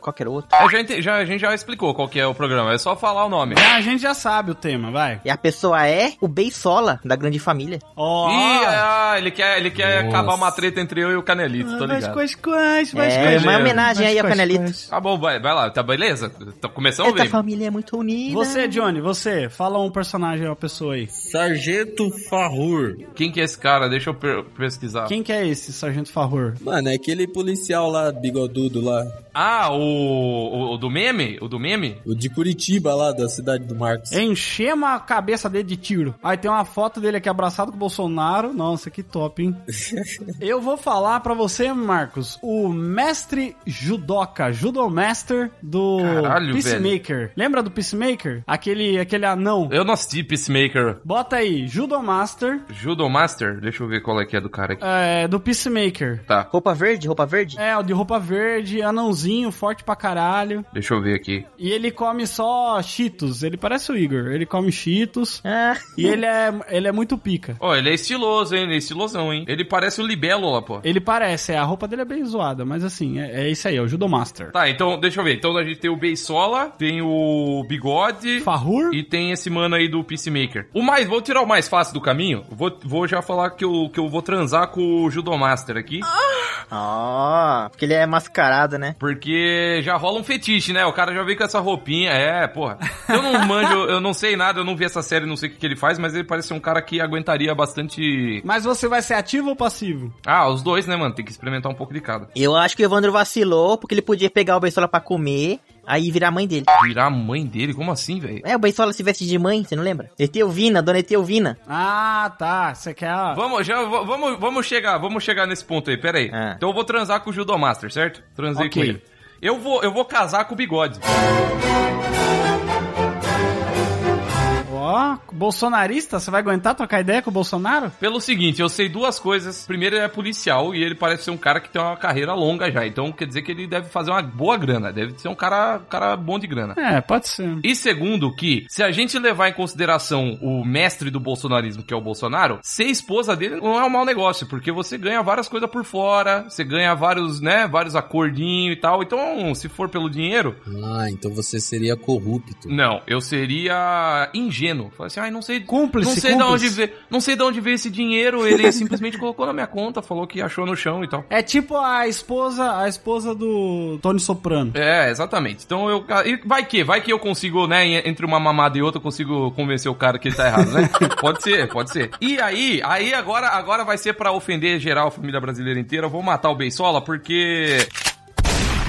[SPEAKER 5] qualquer outro,
[SPEAKER 3] Eu já ente- já- a gente já explicou qual que é o programa, é só falar o nome.
[SPEAKER 2] Ah, a gente já sabe o tema, vai.
[SPEAKER 5] e a pessoa é o Beisola da Grande Família.
[SPEAKER 2] Ó,
[SPEAKER 3] Ih,
[SPEAKER 5] é.
[SPEAKER 3] ah, ele quer, ele quer
[SPEAKER 4] Nossa.
[SPEAKER 3] acabar uma treta entre eu e o Canelito, tô
[SPEAKER 2] Vai
[SPEAKER 3] ligado.
[SPEAKER 2] quais, quais, vai
[SPEAKER 5] é,
[SPEAKER 2] quais.
[SPEAKER 5] uma
[SPEAKER 3] beleza.
[SPEAKER 5] homenagem aí ao
[SPEAKER 2] Mas,
[SPEAKER 5] Canelito.
[SPEAKER 2] mas,
[SPEAKER 3] Tá bom, vai, vai lá, tá beleza? Tá começando
[SPEAKER 5] Essa
[SPEAKER 3] bem.
[SPEAKER 5] família é muito unida.
[SPEAKER 2] Você, Johnny, você, fala um personagem, uma pessoa aí.
[SPEAKER 4] Sargento Farrur.
[SPEAKER 3] Quem que é esse cara? Deixa eu per- pesquisar.
[SPEAKER 2] Quem que é esse, Sargento Farror?
[SPEAKER 4] Mano, é aquele policial lá, bigodudo lá,
[SPEAKER 3] Ah, o, o, o do meme? O do meme?
[SPEAKER 4] o de Curitiba lá, da cidade do Marcos.
[SPEAKER 2] Enchema a cabeça dele de tiro. Aí tem uma foto dele aqui abraçado com o Bolsonaro. Nossa, que top,
[SPEAKER 3] <laughs>
[SPEAKER 2] hein? Eu vou falar pra você, Marcos, o mestre judoca, judomaster do
[SPEAKER 3] Caralho,
[SPEAKER 2] Peacemaker. Lembra do Peacemaker? Aquele, aquele anão.
[SPEAKER 3] Eu não assisti Peacemaker.
[SPEAKER 2] Bota aí, judomaster
[SPEAKER 3] Judo Master? Deixa eu ver qual é que é do cara aqui.
[SPEAKER 2] é, do Peacemaker.
[SPEAKER 3] Tá,
[SPEAKER 5] Roupa verde, roupa verde?
[SPEAKER 2] É, o de roupa verde, anãozinho, forte pra caralho.
[SPEAKER 3] deixa eu ver aqui.
[SPEAKER 2] E ele come só cheetos. Ele parece o Igor. Ele come cheetos.
[SPEAKER 5] Ah,
[SPEAKER 2] E ele é, ele é muito pica.
[SPEAKER 3] Ó, ele é estiloso, hein? Ele é estilosão, hein? Ele parece o Libelo lá, pô.
[SPEAKER 2] Ele parece, é, a roupa dele é bem zoada, mas assim, é, é isso aí, é o Judomaster.
[SPEAKER 3] Tá, então, deixa eu ver. Então a gente tem o Beisola, tem o Bigode...
[SPEAKER 2] Farrur?
[SPEAKER 3] E tem esse mano aí do Peacemaker. O mais, vou tirar o mais fácil do caminho. Vou, vou já falar que eu, que eu vou transar com o Judomaster aqui.
[SPEAKER 5] Ó, porque ele é mascarado, né?
[SPEAKER 3] Porque já rola um fetiche, né? O cara já veio com essa roupinha. É, porra. Eu não manjo, eu não sei nada, eu não vi essa série, não sei o que, que ele faz, mas ele parece ser um cara que aguentaria bastante.
[SPEAKER 2] Mas você vai ser ativo ou passivo?
[SPEAKER 3] Ah, os dois, né, mano? Tem que experimentar um pouco de cada.
[SPEAKER 5] Eu acho que o Evandro vacilou, porque ele podia pegar o Beisola pra comer, aí virar a mãe dele.
[SPEAKER 3] Virar a mãe dele? Como assim, velho?
[SPEAKER 5] É, o Beisola se veste de mãe, você não lembra? Etelvina, dona Etelvina.
[SPEAKER 2] Ah, tá. Você quer. a-
[SPEAKER 3] Vamos, já, v- vamos, vamos chegar, vamos chegar nesse ponto aí, pera aí.
[SPEAKER 5] É.
[SPEAKER 3] Então eu vou transar com o Judomaster, certo? Transei
[SPEAKER 2] Ok.
[SPEAKER 3] com ele. Eu vou, eu vou casar com o Bigode.
[SPEAKER 2] Ó, Ó, bolsonarista, você vai aguentar trocar ideia com o Bolsonaro?
[SPEAKER 3] Pelo seguinte, eu sei duas coisas. Primeiro, ele é policial e ele parece ser um cara que tem uma carreira longa já. Então quer dizer que ele deve fazer uma boa grana. Deve ser um cara, um cara bom de grana.
[SPEAKER 2] É, pode ser.
[SPEAKER 3] E segundo, que se a gente levar em consideração o mestre do bolsonarismo, que é o Bolsonaro, ser esposa dele não é um mau negócio, porque você ganha várias coisas por fora, você ganha vários, né, vários acordinhos e tal. Então, se for pelo dinheiro,
[SPEAKER 4] Ah, então você seria corrupto.
[SPEAKER 3] não, eu seria ingênuo. Falar assim, ai, não sei.
[SPEAKER 2] Cúmplice,
[SPEAKER 3] Não sei, de
[SPEAKER 2] cúmplice.
[SPEAKER 3] onde veio, não sei de onde veio esse dinheiro, ele simplesmente colocou na minha conta, falou que achou no chão e tal.
[SPEAKER 2] É tipo a esposa, a esposa do Tony Soprano.
[SPEAKER 3] É, exatamente. Então eu. e Vai que, vai que eu consigo, né? Entre uma mamada e outra, eu consigo convencer o cara que ele tá errado, <laughs> né? pode ser, pode ser. E aí, aí agora, agora vai ser pra ofender geral a família brasileira inteira. Eu vou matar o Beisola porque.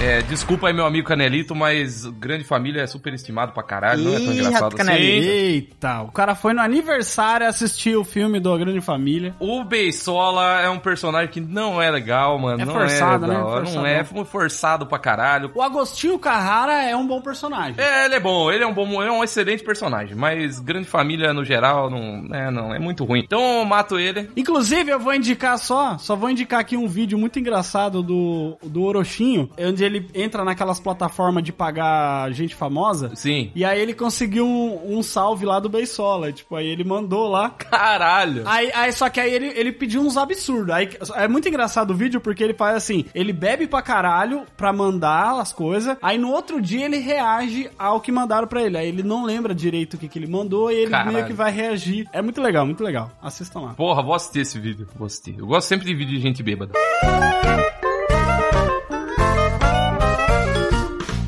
[SPEAKER 3] É, desculpa aí, meu amigo Canelito, mas grande família é superestimado pra caralho, não é tão
[SPEAKER 5] Ih,
[SPEAKER 3] engraçado
[SPEAKER 5] Rato Canelito.
[SPEAKER 3] assim.
[SPEAKER 2] Eita, o cara foi no aniversário assistir o filme do A Grande Família.
[SPEAKER 3] O Beisola é um personagem que não é legal, mano.
[SPEAKER 2] É
[SPEAKER 3] não
[SPEAKER 2] forçado,
[SPEAKER 3] é
[SPEAKER 2] né?
[SPEAKER 3] legal, Não é,
[SPEAKER 2] Forçadão.
[SPEAKER 3] foi forçado pra caralho.
[SPEAKER 2] O Agostinho Carrara é um bom personagem.
[SPEAKER 3] É, ele é bom, ele é um bom, ele é um excelente personagem, mas Grande Família no geral não, é, não, é muito ruim. Então eu mato ele.
[SPEAKER 2] Inclusive, eu vou indicar só, só vou indicar aqui um vídeo muito engraçado do, do Orochinho, onde ele entra naquelas plataformas de pagar gente famosa.
[SPEAKER 3] Sim.
[SPEAKER 2] E aí ele conseguiu um, um salve lá do Beisola. Tipo, aí ele mandou lá.
[SPEAKER 3] Caralho.
[SPEAKER 2] Aí, aí, só que aí ele, ele pediu uns absurdos. Aí, é muito engraçado o vídeo porque ele faz assim: ele bebe pra caralho pra mandar as coisas. Aí no outro dia ele reage ao que mandaram pra ele. Aí ele não lembra direito o que, que ele mandou e ele
[SPEAKER 3] Caralho.
[SPEAKER 2] meio que vai reagir. É muito legal, muito legal. Assistam lá.
[SPEAKER 3] Porra, vou assistir esse vídeo, vou assistir. Eu gosto sempre de vídeo de gente bêbada.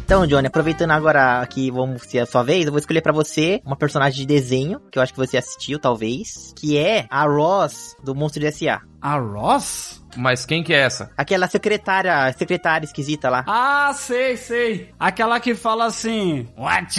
[SPEAKER 5] Então, Johnny, aproveitando agora que vamos ser a sua vez, eu vou escolher pra você uma personagem de desenho, que eu acho que você assistiu, talvez, que é a Ross do Monstro de S.A.
[SPEAKER 2] A Ross?
[SPEAKER 3] Mas quem que é essa?
[SPEAKER 5] Aquela secretária, secretária esquisita lá.
[SPEAKER 2] Ah, sei, sei. Aquela que fala assim: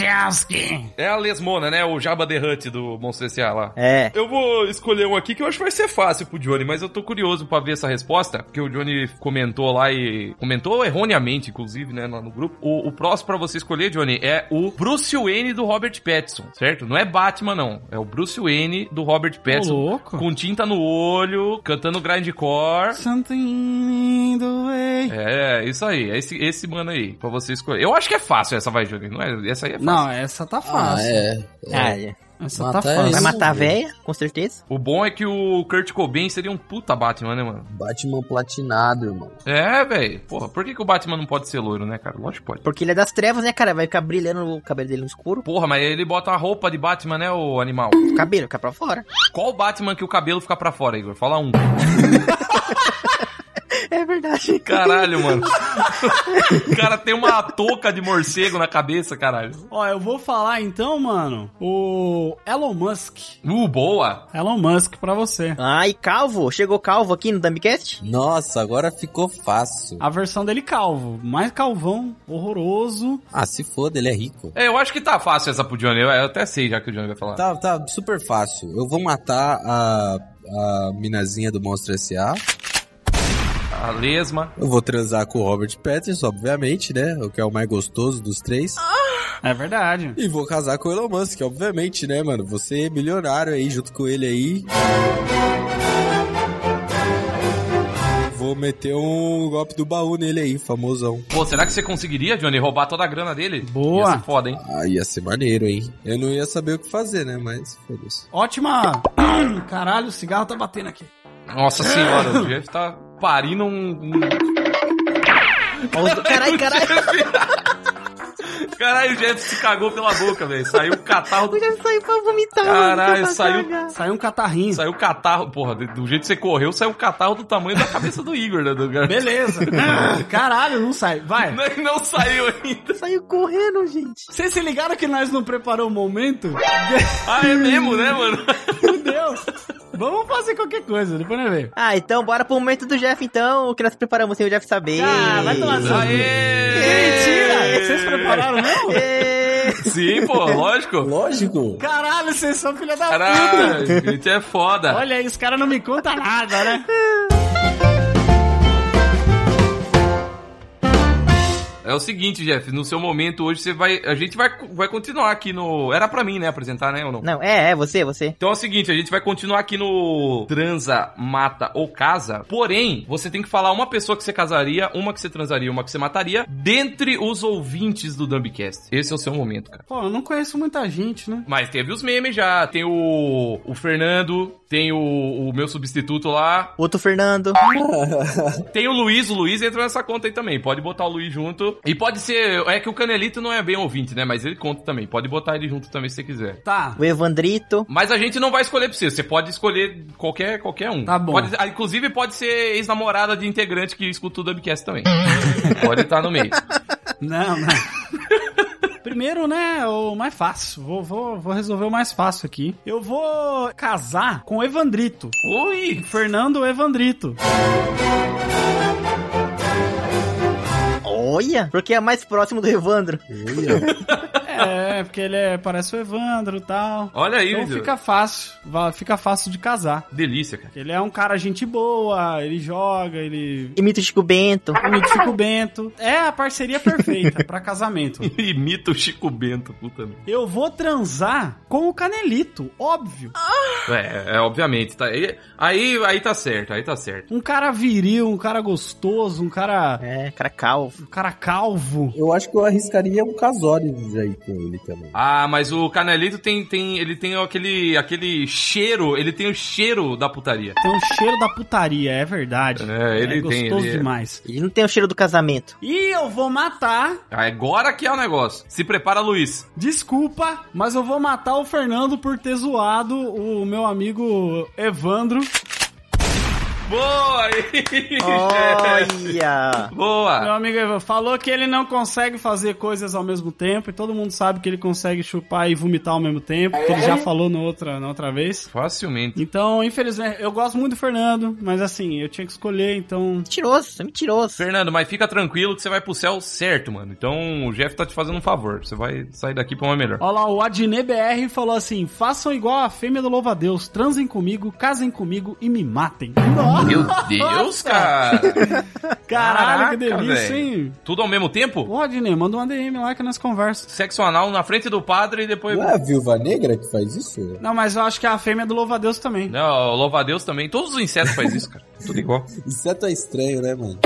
[SPEAKER 2] Wachowski.
[SPEAKER 3] É a Lesmona, né? O Jabba the Hutt do Monstro S.A. lá.
[SPEAKER 5] É.
[SPEAKER 3] Eu vou escolher um aqui que eu acho que vai ser fácil pro Johnny, mas eu tô curioso pra ver essa resposta, porque o Johnny comentou lá e comentou erroneamente, inclusive, né, lá no grupo. O, o próximo pra você escolher, Johnny, é o Bruce Wayne do Robert Pattinson, certo? Não é Batman, não. É o Bruce Wayne do Robert Pattinson.
[SPEAKER 2] louco.
[SPEAKER 3] Com tinta no olho, cantando grindcore.
[SPEAKER 2] Something in the way.
[SPEAKER 3] É, isso aí. É esse, esse mano aí, pra você escolher. Eu acho que é fácil essa, vai, Johnny. Não é, essa aí é fácil.
[SPEAKER 2] Não, essa tá
[SPEAKER 4] Ah,
[SPEAKER 2] fácil.
[SPEAKER 4] é.
[SPEAKER 5] Ah,
[SPEAKER 4] é.
[SPEAKER 5] é.
[SPEAKER 2] Essa
[SPEAKER 4] Matar
[SPEAKER 2] tá
[SPEAKER 4] é
[SPEAKER 2] fácil.
[SPEAKER 5] Vai
[SPEAKER 4] isso.
[SPEAKER 5] matar a véia, com certeza.
[SPEAKER 3] O bom é que o Kurt Cobain seria um puta Batman, né, mano?
[SPEAKER 4] Batman platinado, irmão.
[SPEAKER 3] É, velho. Porra, por que, que o Batman não pode ser loiro, né, cara? Lógico que pode.
[SPEAKER 5] Porque ele é das trevas, né, cara? Vai ficar brilhando o cabelo dele no escuro.
[SPEAKER 3] Porra, mas ele bota uma roupa de Batman, né, o animal?
[SPEAKER 5] O cabelo fica pra fora.
[SPEAKER 3] Qual Batman que o cabelo fica pra fora, Igor? Fala um.
[SPEAKER 5] É verdade.
[SPEAKER 3] Caralho, mano. <laughs> o cara tem uma touca de morcego na cabeça, caralho.
[SPEAKER 2] Ó, eu vou falar então, mano, o Elon Musk.
[SPEAKER 3] Uh, boa.
[SPEAKER 2] Elon Musk pra você.
[SPEAKER 5] Ai, calvo. Chegou calvo aqui no Dumbcast?
[SPEAKER 4] Nossa, agora ficou fácil.
[SPEAKER 2] A versão dele calvo, mais calvão, horroroso.
[SPEAKER 4] Ah, se foda, ele é rico.
[SPEAKER 3] É, eu acho que tá fácil essa pro Johnny. Eu, eu até sei já que o Johnny vai falar.
[SPEAKER 4] Tá, tá super fácil. Eu vou matar a, a minazinha do Monstro S.A.
[SPEAKER 3] A lesma.
[SPEAKER 4] Eu vou transar com o Robert Pattinson, obviamente, né? O que é o mais gostoso dos três.
[SPEAKER 2] É verdade.
[SPEAKER 4] E vou casar com o Elon Musk, obviamente, né, mano? Você é milionário aí, junto com ele aí. Vou meter um golpe do baú nele aí, famosão.
[SPEAKER 3] Pô, será que você conseguiria, Johnny, roubar toda a grana dele?
[SPEAKER 2] Boa.
[SPEAKER 3] Ia ser foda, hein?
[SPEAKER 4] Ah, ia ser maneiro, hein? Eu não ia saber o que fazer, né? Mas, foda-se.
[SPEAKER 2] Ótima. <coughs> Caralho, o cigarro tá batendo aqui.
[SPEAKER 3] Nossa senhora, o Jeff tá parindo um... um...
[SPEAKER 5] Ó, os-
[SPEAKER 3] <laughs>
[SPEAKER 5] Carai, carai.
[SPEAKER 3] Caralho, o Jeff se cagou pela boca, velho. Saiu o catarro do
[SPEAKER 5] Eu já saí pra vomitar.
[SPEAKER 3] Caralho,
[SPEAKER 5] pra
[SPEAKER 3] saiu-
[SPEAKER 5] cagar.
[SPEAKER 2] Saiu um catarrinho.
[SPEAKER 3] Saiu o catarro, porra, do jeito que você correu, saiu o catarro do tamanho da cabeça do Igor, né? Do...
[SPEAKER 2] Beleza. <coughs> Caralho, não sai. Vai.
[SPEAKER 3] Não, não saiu ainda.
[SPEAKER 5] Saiu correndo, gente.
[SPEAKER 2] Vocês se ligaram que nós não preparamos o momento?
[SPEAKER 3] Ah, é mesmo, né, mano?
[SPEAKER 2] Meu Deus. Vamos fazer qualquer coisa, depois nós vemos.
[SPEAKER 5] Ah, então bora pro momento do Jeff, então, que nós preparamos sem o Jeff saber.
[SPEAKER 2] Ah, vai tomar no seu-
[SPEAKER 3] É. Aê!
[SPEAKER 2] Mentira! Vocês prepararam mesmo?
[SPEAKER 5] Ê,
[SPEAKER 3] Sim, pô, lógico.
[SPEAKER 4] Lógico!
[SPEAKER 2] Caralho, vocês são filha da puta.
[SPEAKER 3] Caralho, gente, é foda.
[SPEAKER 2] Olha aí, os caras não me contam nada, né?
[SPEAKER 3] É o seguinte, Jeff, no seu momento hoje você vai. A gente vai, vai continuar aqui no. Era pra mim, né, apresentar, né, ou não?
[SPEAKER 5] Não, é, é, você, você.
[SPEAKER 3] Então é o seguinte, a gente vai continuar aqui no transa, mata ou casa. Porém, você tem que falar uma pessoa que você casaria, uma que você transaria, uma que você mataria, dentre os ouvintes do Dumbcast. Esse é o seu momento, cara.
[SPEAKER 2] Pô, eu não conheço muita gente, né?
[SPEAKER 3] Mas teve os memes já, tem o, o Fernando, tem o, o meu substituto lá,
[SPEAKER 5] Outro Fernando.
[SPEAKER 3] tem o Luiz, o Luiz entra nessa conta aí também, pode botar o Luiz junto. E pode ser, é que o Canelito não é bem ouvinte, né, mas ele conta também, pode botar ele junto também se você quiser.
[SPEAKER 2] Tá.
[SPEAKER 5] O Evandrito.
[SPEAKER 3] Mas a gente não vai escolher pra você, você pode escolher qualquer, qualquer um.
[SPEAKER 2] Tá bom.
[SPEAKER 3] Pode- ah, inclusive pode ser ex-namorada de integrante que escuta o Dubcast também. <laughs> pode estar no meio.
[SPEAKER 2] Não, não. <laughs> Primeiro, né, o mais fácil. Vou, vou, vou resolver o mais fácil aqui. Eu vou casar com o Evandrito.
[SPEAKER 3] Ui!
[SPEAKER 2] Fernando Evandrito.
[SPEAKER 5] Olha, porque é mais próximo do Evandro.
[SPEAKER 2] É, porque ele é, parece o Evandro e tal.
[SPEAKER 3] Olha aí,
[SPEAKER 2] Então
[SPEAKER 3] Dudu.
[SPEAKER 2] fica fácil, va- fica fácil de casar.
[SPEAKER 3] Delícia, cara. <laughs>
[SPEAKER 2] Ele é um cara gente boa, ele joga, ele
[SPEAKER 5] Imita o Chico Bento.
[SPEAKER 2] ele fica o Bento. É a parceria perfeita pra <laughs> casamento.
[SPEAKER 3] Imita o Chico Bento, puta merda.
[SPEAKER 2] Eu vou transar com o Canelito, óbvio.
[SPEAKER 3] É, é, obviamente. Tá, aí, aí, aí tá certo, aí tá certo.
[SPEAKER 2] Um cara viril, um cara gostoso, um cara,
[SPEAKER 5] É, cara calvo.
[SPEAKER 2] um cara calvo.
[SPEAKER 4] Eu acho que eu arriscaria um casório aí com ele também.
[SPEAKER 3] Ah, mas o Canelito tem, tem, ele tem aquele, aquele cheiro, ele tem o cheiro da putaria.
[SPEAKER 2] Tem um cheiro da putaria, é verdade.
[SPEAKER 3] É, ele
[SPEAKER 2] é
[SPEAKER 3] tem,
[SPEAKER 2] gostoso
[SPEAKER 3] ele é.
[SPEAKER 2] demais.
[SPEAKER 5] Ele não tem o cheiro do casamento.
[SPEAKER 2] E eu vou matar,
[SPEAKER 3] Agora que é o negócio. Se prepara, Luiz.
[SPEAKER 2] desculpa, mas eu vou matar o Fernando por ter zoado o meu amigo Evandro.
[SPEAKER 3] Boa! <laughs> aí,
[SPEAKER 5] Olha!
[SPEAKER 2] Meu
[SPEAKER 3] Boa!
[SPEAKER 2] amigo Evandro falou que ele não consegue fazer coisas ao mesmo tempo e todo mundo sabe que ele consegue chupar e vomitar ao mesmo tempo, que ele já falou na outra, na outra vez.
[SPEAKER 3] Facilmente.
[SPEAKER 2] Então, infelizmente, eu gosto muito do Fernando, mas assim, eu tinha que escolher, então.
[SPEAKER 5] Mentiroso, você é mentiroso.
[SPEAKER 3] Fernando, mas fica tranquilo que você vai pro céu certo, mano. Então o Jeff tá te fazendo um favor. Você vai sair daqui pra uma melhor.
[SPEAKER 2] Olha lá, o Adnê BR falou assim: façam igual a fêmea do Louva a Deus, transem comigo, casem comigo e me matem. Nossa,
[SPEAKER 3] Meu Deus, cara!
[SPEAKER 2] caralho, que
[SPEAKER 3] Caraca,
[SPEAKER 2] delícia,
[SPEAKER 3] velho.
[SPEAKER 2] hein?
[SPEAKER 3] Tudo ao mesmo tempo?
[SPEAKER 2] Ô, Adnê, manda uma DM lá que nós conversamos.
[SPEAKER 3] Sexo anal na frente do padre e depois.
[SPEAKER 4] Não é a viúva negra que faz isso?
[SPEAKER 2] Não, mas eu acho que a fêmea do Louva a Deus também.
[SPEAKER 3] Não, o louva a Deus também. Todos os insetos fazem isso, cara. <laughs> Tudo igual.
[SPEAKER 4] Inseto é estranho, né, mano?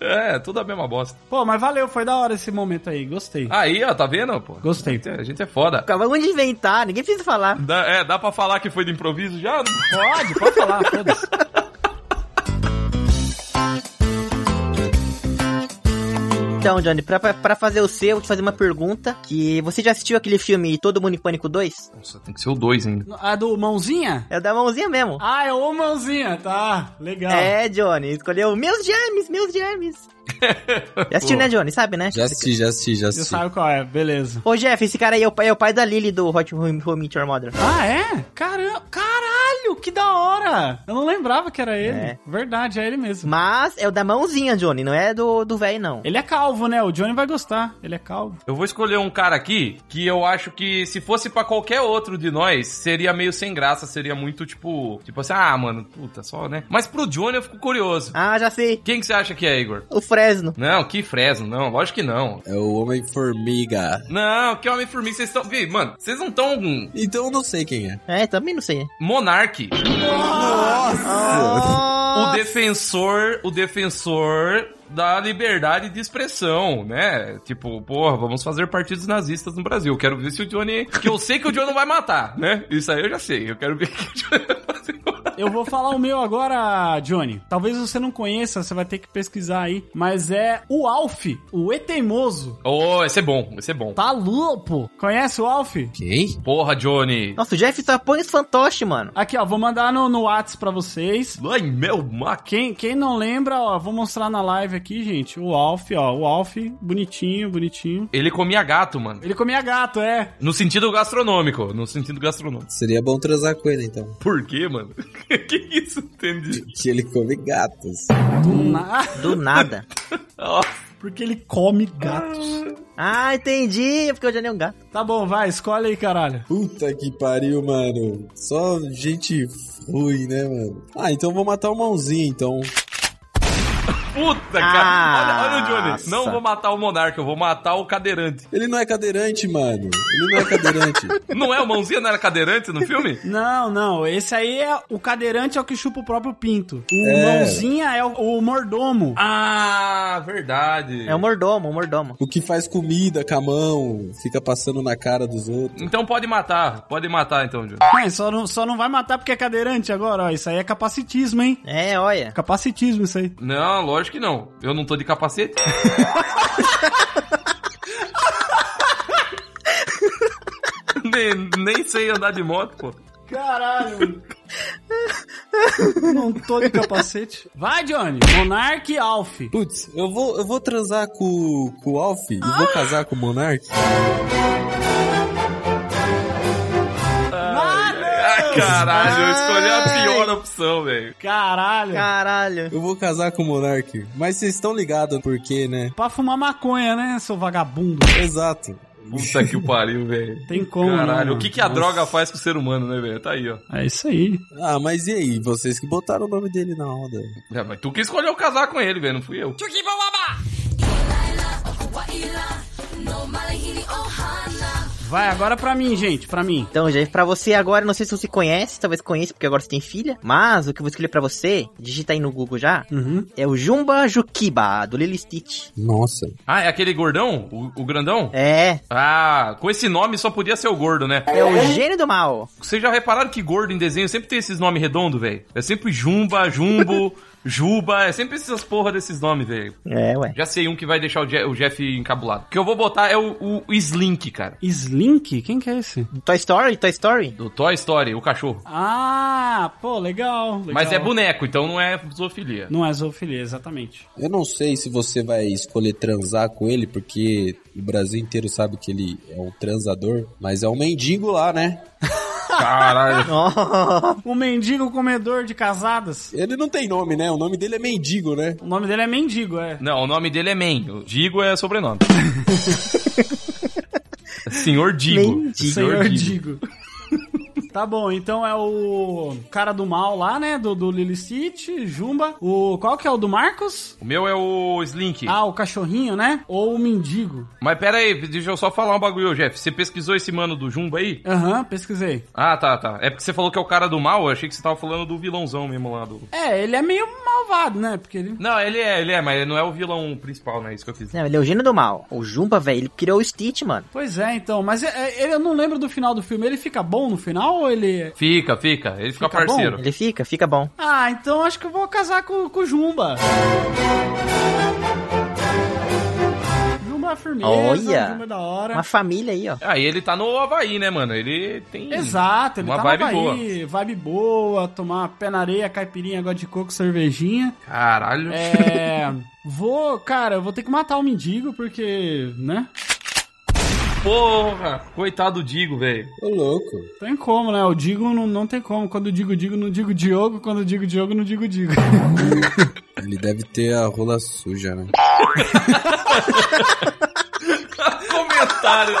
[SPEAKER 3] É, tudo a mesma bosta.
[SPEAKER 2] Pô, mas valeu, foi da hora esse momento aí, gostei.
[SPEAKER 3] Aí, ó, tá vendo, pô?
[SPEAKER 2] Gostei.
[SPEAKER 3] A gente é foda.
[SPEAKER 5] Acabamos de inventar, ninguém precisa falar.
[SPEAKER 3] Dá- é, dá pra falar que foi de improviso já?
[SPEAKER 2] Pode, pode falar, foda-se. <laughs>
[SPEAKER 5] Então, Johnny, pra, pra- pra fazer o seu, eu vou te fazer uma pergunta. Que você já assistiu aquele filme Todo Mundo em Pânico 2?
[SPEAKER 3] Nossa, tem que ser o dois ainda.
[SPEAKER 2] A do Mãozinha?
[SPEAKER 5] É o da mãozinha mesmo.
[SPEAKER 2] Ah, é o Mãozinha, tá, legal.
[SPEAKER 5] É, Johnny, escolheu meus germes,
[SPEAKER 4] <laughs>
[SPEAKER 5] meus germes. Já assistiu, né, Johnny? Sabe, né?
[SPEAKER 4] Já assisti, já assisti, já
[SPEAKER 2] Você
[SPEAKER 4] assisti.
[SPEAKER 2] sabe qual é, beleza.
[SPEAKER 5] Ô, Jeff, esse cara aí é o pai, é o pai da Lily do Hot Home Home Meet Your Mother.
[SPEAKER 2] Ah, é? Caramba, caralho, que da hora! Eu não lembrava que era ele.
[SPEAKER 5] É.
[SPEAKER 2] Verdade, é ele mesmo.
[SPEAKER 5] Mas é o da mãozinha, Johnny, não é do, do velho, não.
[SPEAKER 2] Ele é calvo, né? O Johnny vai gostar. Ele é calvo.
[SPEAKER 3] Eu vou escolher um cara aqui que eu acho que se fosse pra qualquer outro de nós, seria meio sem graça, seria muito tipo, tipo assim, ah, mano, puta, só, né? Mas pro Johnny eu fico curioso.
[SPEAKER 5] Ah, já sei.
[SPEAKER 3] Quem que você acha que é, Igor?
[SPEAKER 5] O Fresno.
[SPEAKER 3] Não, que Fresno, não, lógico que não.
[SPEAKER 4] É o Homem-Formiga.
[SPEAKER 3] Não, que Homem-Formiga, vocês estão. Vi, Mano, vocês não estão.
[SPEAKER 4] Então eu não sei quem é.
[SPEAKER 5] É, também não sei.
[SPEAKER 3] Monarque.
[SPEAKER 4] Nossa!
[SPEAKER 3] O defensor, o defensor da liberdade de expressão, né? Tipo, porra, vamos fazer partidos nazistas no Brasil. Quero ver se o Johnny, que eu sei que o Johnny não vai matar, né? Isso aí eu já sei. Eu quero ver <laughs> que o Johnny vai fazer.
[SPEAKER 2] Eu vou falar o meu agora, Johnny. Talvez você não conheça, você vai ter que pesquisar aí. Mas é o Alf, o E Teimoso.
[SPEAKER 3] Oh, esse é bom, esse é bom.
[SPEAKER 2] Tá louco? Conhece o Alf?
[SPEAKER 4] Quem?
[SPEAKER 3] Porra, Johnny.
[SPEAKER 5] Nossa, o Jeff só põe os fantoches, mano.
[SPEAKER 2] Aqui, ó, vou mandar no, no Whats pra vocês.
[SPEAKER 3] Ai, meu mac.
[SPEAKER 2] Quem, quem não lembra, ó, vou mostrar na live aqui, gente. O Alf, ó. O Alf, bonitinho, bonitinho.
[SPEAKER 3] Ele comia gato, mano.
[SPEAKER 2] Ele comia gato, é. <laughs>
[SPEAKER 3] No sentido gastronômico, no sentido gastronômico.
[SPEAKER 4] Seria bom transar com ele, então.
[SPEAKER 3] Por quê, mano? <laughs> que é isso? Entendi.
[SPEAKER 4] Que ele come gatos.
[SPEAKER 2] Do na...
[SPEAKER 5] Do nada.
[SPEAKER 3] Ó,
[SPEAKER 2] Porque ele come gatos.
[SPEAKER 5] ah, entendi. É porque eu já nem um gato.
[SPEAKER 2] Tá bom, vai, escolhe aí, caralho.
[SPEAKER 4] Puta que pariu, mano. Só gente ruim, né, mano? Ah, então eu vou matar o mãozinho, então.
[SPEAKER 3] puta, cara. Olha, olha o Johnny.
[SPEAKER 5] Nossa.
[SPEAKER 3] Não vou matar o monarca, eu vou matar o cadeirante.
[SPEAKER 4] Ele não é cadeirante, mano. Ele não é <laughs> cadeirante.
[SPEAKER 3] Não é o mãozinha, não era cadeirante no filme?
[SPEAKER 2] Não, não. Esse aí é. O cadeirante é o que chupa o próprio pinto. O
[SPEAKER 4] É.
[SPEAKER 2] mãozinha é o, o mordomo.
[SPEAKER 3] Ah, verdade.
[SPEAKER 5] É o mordomo, o mordomo.
[SPEAKER 4] o que faz comida com a mão, fica passando na cara dos outros.
[SPEAKER 3] Então pode matar, pode matar então, Johnny.
[SPEAKER 2] Mas Ah, só não, só não vai matar porque é cadeirante agora, ó. Isso aí é capacitismo, hein?
[SPEAKER 5] É, olha.
[SPEAKER 2] Capacitismo isso aí.
[SPEAKER 3] Não, lógico que não. Eu não tô de capacete. <laughs> nem, nem sei andar de moto, pô.
[SPEAKER 2] Caralho! Não tô de capacete. Vai, Johnny! Monark e Alf.
[SPEAKER 4] Putz, eu vou, eu vou transar com, com o Alf e vou casar com o Monark.
[SPEAKER 3] Ah, caralho, eu escolhi a
[SPEAKER 5] Ai.
[SPEAKER 3] pior opção, velho.
[SPEAKER 2] Caralho!
[SPEAKER 5] Caralho.
[SPEAKER 4] Eu vou casar com o Monark. Mas vocês estão ligados por quê, né?
[SPEAKER 2] Pra fumar maconha, né, seu vagabundo?
[SPEAKER 4] Exato.
[SPEAKER 3] Puta que o pariu, velho.
[SPEAKER 2] Tem como. né,
[SPEAKER 3] Caralho,
[SPEAKER 2] mano?
[SPEAKER 3] o que, que a droga faz com o ser humano, né, velho? Tá aí, ó.
[SPEAKER 2] É isso aí.
[SPEAKER 4] Ah, mas e aí? Vocês que botaram o nome dele na onda.
[SPEAKER 3] É, mas tu que escolheu casar com ele, velho, não fui eu.
[SPEAKER 2] Vai, agora pra mim, gente, pra mim.
[SPEAKER 5] Então, gente, pra você agora, não sei se você conhece, talvez conheça, porque agora você tem filha. Mas o que eu vou escolher pra você, digita aí no Google já,
[SPEAKER 2] Uhum.
[SPEAKER 5] é o Jumba Jukiba, do Lilo Stitch.
[SPEAKER 4] Nossa.
[SPEAKER 3] Ah, é aquele gordão? O, o grandão?
[SPEAKER 5] É,
[SPEAKER 3] Ah, com esse nome só podia ser o gordo, né?
[SPEAKER 5] é o gênio do mal.
[SPEAKER 3] Vocês já repararam que gordo em desenho sempre tem esses nomes redondos, velho? É sempre Jumba,
[SPEAKER 2] <laughs>
[SPEAKER 3] Jumbo, Juba, é sempre essas porra desses nomes, velho.
[SPEAKER 5] É, ué.
[SPEAKER 3] Já sei um que vai deixar o, Je o Jeff encabulado. O que eu vou botar é o, o Slink, cara.
[SPEAKER 2] Slink? Quem que é esse?
[SPEAKER 5] Toy Story, Toy Story.
[SPEAKER 3] Do Toy Story, o cachorro.
[SPEAKER 2] Ah, pô, legal. legal.
[SPEAKER 3] Mas é boneco, então não é
[SPEAKER 2] <laughs>
[SPEAKER 3] zoofilia.
[SPEAKER 2] Não é zoofilia, exatamente.
[SPEAKER 4] Eu não sei se você vai escolher transar com ele, porque o Brasil inteiro sabe que ele é um transador, mas é um mendigo lá, né?
[SPEAKER 3] Caralho.
[SPEAKER 5] Oh,
[SPEAKER 2] O mendigo comedor de casadas.
[SPEAKER 4] Ele não tem nome, né? O nome dele é mendigo, né?
[SPEAKER 2] O nome dele é mendigo, é.
[SPEAKER 3] Não, o nome dele é Man. O Digo
[SPEAKER 2] <laughs>
[SPEAKER 3] é sobrenome. Senhor Digo.
[SPEAKER 5] Mendigo.
[SPEAKER 2] Senhor Digo. <laughs> Tá bom, então é o cara do mal lá, né? Do, do Lily City, Jumba. O, qual que é o do Marcos?
[SPEAKER 3] O meu é o Slink.
[SPEAKER 2] Ah, o cachorrinho, né? Ou o mendigo.
[SPEAKER 3] Mas pera aí, deixa eu só falar um bagulho, Jeff. Você pesquisou esse mano do Jumba aí?
[SPEAKER 2] Aham, pesquisei.
[SPEAKER 3] Ah, tá, tá. É porque você falou que é o cara do mal, eu achei que você tava falando do vilãozão mesmo lá do.
[SPEAKER 2] É, ele é meio malvado, né? Porque ele.
[SPEAKER 3] Não, ele é, ele é, mas ele não é o vilão principal, né? Isso que eu fiz.
[SPEAKER 5] não, ele é o gênio do mal. O Jumba, velho, ele criou o Stitch, mano.
[SPEAKER 2] Pois é, então. Mas é- é- ele, eu não lembro do final do filme. Ele fica bom no final ou ele. é
[SPEAKER 3] Fica, fica. Ele fica,
[SPEAKER 2] Fica
[SPEAKER 3] parceiro.
[SPEAKER 5] Ele fica, fica bom.
[SPEAKER 2] Ah, então acho que eu vou casar com, com o Jumba. Jumba é firmeza,
[SPEAKER 5] Olha.
[SPEAKER 2] Jumba é da hora.
[SPEAKER 5] Uma família aí, ó.
[SPEAKER 3] Aí ele tá no Havaí, né, mano? Ele tem.
[SPEAKER 2] Exato, ele
[SPEAKER 3] Uma
[SPEAKER 2] tá
[SPEAKER 3] vibe
[SPEAKER 2] na Bahia, vibe boa, tomar pé na areia, caipirinha, água de coco, cervejinha.
[SPEAKER 3] Caralho.
[SPEAKER 5] <laughs>
[SPEAKER 2] É. vou, cara, eu vou ter que matar o mendigo, porque, né?
[SPEAKER 3] Porra! Coitado do Digo, velho. <laughs>
[SPEAKER 4] Ô, louco.
[SPEAKER 2] Tem como, né? O Digo não, não tem como. Quando eu digo Digo, não digo Diogo. Quando eu digo Diogo, não digo <laughs> Digo.
[SPEAKER 4] Ele deve ter a rola suja, né?
[SPEAKER 3] Comentário.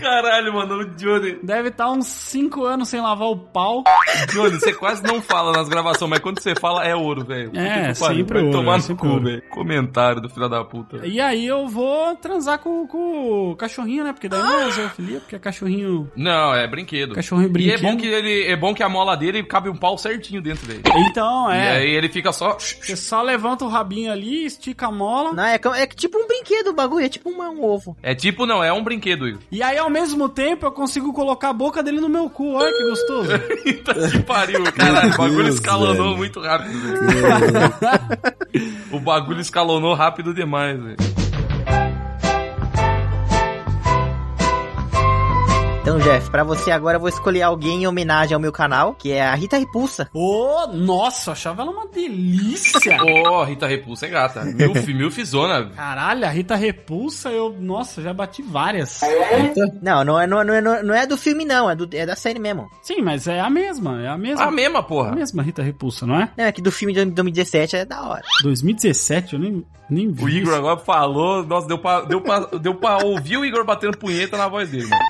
[SPEAKER 3] Caralho, mano. O Johnny.
[SPEAKER 2] Deve estar uns 5 anos sem lavar o pau.
[SPEAKER 3] Johnny, você quase não fala nas gravações, mas quando você fala é ouro, velho.
[SPEAKER 2] É,
[SPEAKER 3] Puta que pariu,
[SPEAKER 2] sempre
[SPEAKER 3] vai
[SPEAKER 2] ouro,
[SPEAKER 3] tomar no
[SPEAKER 2] sempre
[SPEAKER 3] cu,
[SPEAKER 2] ouro.
[SPEAKER 3] velho. Comentário do filho da puta.
[SPEAKER 2] E aí eu vou transar com, com o cachorrinho, né? Porque daí não é zoofilia, porque é cachorrinho.
[SPEAKER 3] Não, é brinquedo.
[SPEAKER 2] Cachorrinho
[SPEAKER 3] E é
[SPEAKER 2] brinquedo.
[SPEAKER 3] bom que ele é bom que a mola dele cabe um pau certinho dentro dele.
[SPEAKER 2] Então,
[SPEAKER 3] E
[SPEAKER 2] é.
[SPEAKER 3] aí ele fica só.
[SPEAKER 2] Você só levanta o rabinho ali, estica a mola.
[SPEAKER 5] Não, é, que- é que tipo um brinquedo o bagulho, é tipo uma- um ovo.
[SPEAKER 3] É tipo, não, é um brinquedo, Igor.
[SPEAKER 2] E aí, ao mesmo tempo, eu consigo colocar a boca dele no meu cu. Olha que
[SPEAKER 3] <laughs>
[SPEAKER 2] gostoso.
[SPEAKER 3] <laughs> Puta que pariu, caralho. O bagulho
[SPEAKER 4] Deus,
[SPEAKER 3] escalonou
[SPEAKER 4] velho.
[SPEAKER 3] muito rápido, velho. o bagulho escalonou rápido demais, velho.
[SPEAKER 5] Então, Jeff, pra você agora eu vou escolher alguém em homenagem ao meu canal, que é a Rita Repulsa.
[SPEAKER 2] Ô, nossa, eu achava ela uma delícia.
[SPEAKER 3] <laughs> Ô, Rita Repulsa é gata. Milf, milfzona.
[SPEAKER 2] Caralho, a Rita Repulsa, eu, nossa, já bati várias.
[SPEAKER 5] Não, não é, não, é- não, é- não é- não é do filme, não, é, do, é da série mesmo.
[SPEAKER 2] Sim, mas é a mesma, é a mesma.
[SPEAKER 3] A mesma,
[SPEAKER 2] A
[SPEAKER 3] porra.
[SPEAKER 2] mesma Rita Repulsa, não é?
[SPEAKER 5] Não, é que do filme de 2017 é da hora.
[SPEAKER 2] 2017, eu nem, nem vi.
[SPEAKER 3] O Igor
[SPEAKER 2] isso.
[SPEAKER 3] agora falou, nossa, deu pra, deu, pra, deu pra ouvir o Igor batendo punheta na voz dele, mano.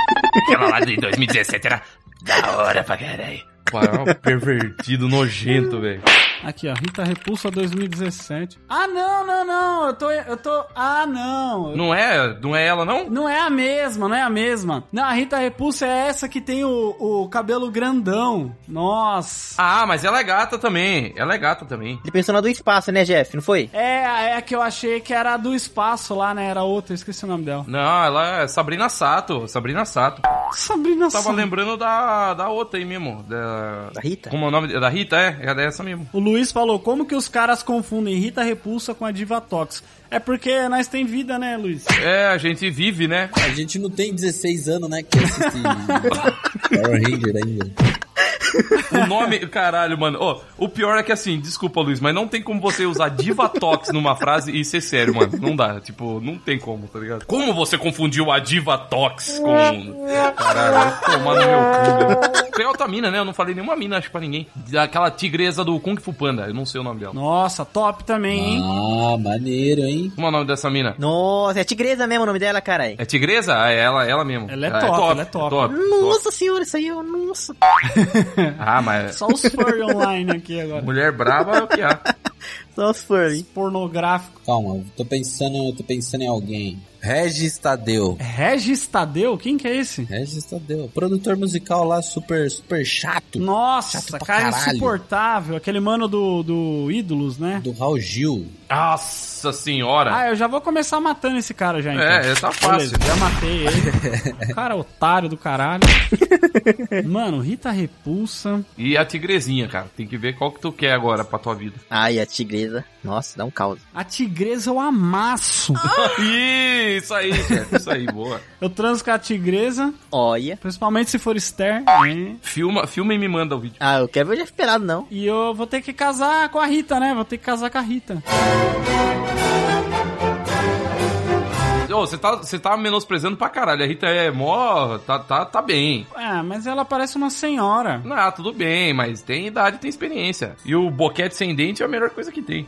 [SPEAKER 3] Aquela lá de 2017 era da hora pra caralho. Pô, era um pervertido, é nojento, velho.
[SPEAKER 2] Aqui, ó. Rita Repulsa 2017. Ah, não, não, não. Eu tô. Eu tô. Ah, não.
[SPEAKER 3] Não é, não é ela, não?
[SPEAKER 2] Não é a mesma, não é a mesma. Não, a Rita Repulsa é essa que tem o, o cabelo grandão. Nossa.
[SPEAKER 3] Ah, mas ela é gata também. Ela é gata também.
[SPEAKER 5] Ele pensou na do espaço, né, Jeff? Não foi?
[SPEAKER 2] É, é a que eu achei que era a do espaço lá, né? Era outra, eu esqueci o nome dela.
[SPEAKER 3] Não, ela é Sabrina Sato. Sabrina Sato.
[SPEAKER 2] Sabrina
[SPEAKER 3] Tava
[SPEAKER 2] Sato.
[SPEAKER 3] lembrando da, da outra aí mesmo. Da...
[SPEAKER 5] Da Rita?
[SPEAKER 3] Como é o nome? Da Rita, é? É dessa mesmo.
[SPEAKER 2] O Luiz falou: como que os caras confundem Rita Repulsa com a Diva Tox? É porque nós tem vida, né, Luiz?
[SPEAKER 3] É, a gente vive, né?
[SPEAKER 4] A gente não tem 16 anos, né? Que assiste Power Ranger ainda.
[SPEAKER 3] O nome, caralho, mano. Ó, o pior é que assim, desculpa, Luiz, mas não tem como você usar Divatox numa frase e ser sério, mano. Não dá, tipo, não tem como, tá ligado? Como você confundiu a Divatox com. Caralho, tomar no meu cu, velho. Tem outra mina, né? Eu não falei nenhuma mina, acho pra ninguém. Daquela tigresa do Kung Fu Panda, eu não sei o nome dela.
[SPEAKER 2] Nossa, top também, hein?
[SPEAKER 4] Ah, maneiro, hein?
[SPEAKER 3] Como é o nome dessa mina?
[SPEAKER 5] Nossa, é tigresa mesmo o nome dela, caralho.
[SPEAKER 3] É tigresa? Ah, É ela, ela mesmo.
[SPEAKER 2] Ela é top, ela é top.
[SPEAKER 5] Nossa senhora, isso aí, eu- nossa.
[SPEAKER 3] Ah, mas
[SPEAKER 2] Só os furry online aqui
[SPEAKER 3] <laughs>
[SPEAKER 2] agora.
[SPEAKER 3] mulher brava é o que há.
[SPEAKER 5] Só os furry.
[SPEAKER 2] Pornográfico.
[SPEAKER 4] Calma, eu tô pensando, eu tô pensando em alguém. Regis Tadeu.
[SPEAKER 2] Regis Tadeu? Quem que é esse?
[SPEAKER 4] Regis Tadeu. Produtor musical lá, super, super chato.
[SPEAKER 2] Nossa,
[SPEAKER 4] Chato pra
[SPEAKER 2] cara
[SPEAKER 4] caralho.
[SPEAKER 2] insuportável. Aquele mano do, do Ídolos, né?
[SPEAKER 4] Do Raul Gil.
[SPEAKER 3] Nossa senhora.
[SPEAKER 2] Ah, eu já vou começar matando esse cara já, então.
[SPEAKER 3] É, tá fácil.
[SPEAKER 2] já matei
[SPEAKER 4] <laughs>
[SPEAKER 2] ele. cara otário do caralho. Mano, Rita Repulsa.
[SPEAKER 3] E a tigrezinha, cara. Tem que ver qual que tu quer agora pra tua vida. <laughs>
[SPEAKER 5] Ai, a tigresa. Nossa, dá um caos.
[SPEAKER 2] A tigresa eu amasso.
[SPEAKER 3] Ih, isso aí, chefe. Isso aí, boa.
[SPEAKER 2] Eu transo com a tigresa,
[SPEAKER 5] Olha.
[SPEAKER 2] principalmente se for Esther. né?
[SPEAKER 3] Filma, filma e me manda o vídeo.
[SPEAKER 5] Ah, eu quero ver o Jeff pelado, não.
[SPEAKER 2] E eu vou ter que casar com a Rita, né? Vou ter que casar com a Rita.
[SPEAKER 3] Ô, você tá, você tá menosprezando pra caralho. A Rita é mó. Tá, tá, tá bem.
[SPEAKER 2] É, mas ela parece uma senhora.
[SPEAKER 3] Ah, tudo bem, mas tem idade, tem experiência. E o boquete sem dente é a melhor coisa que tem.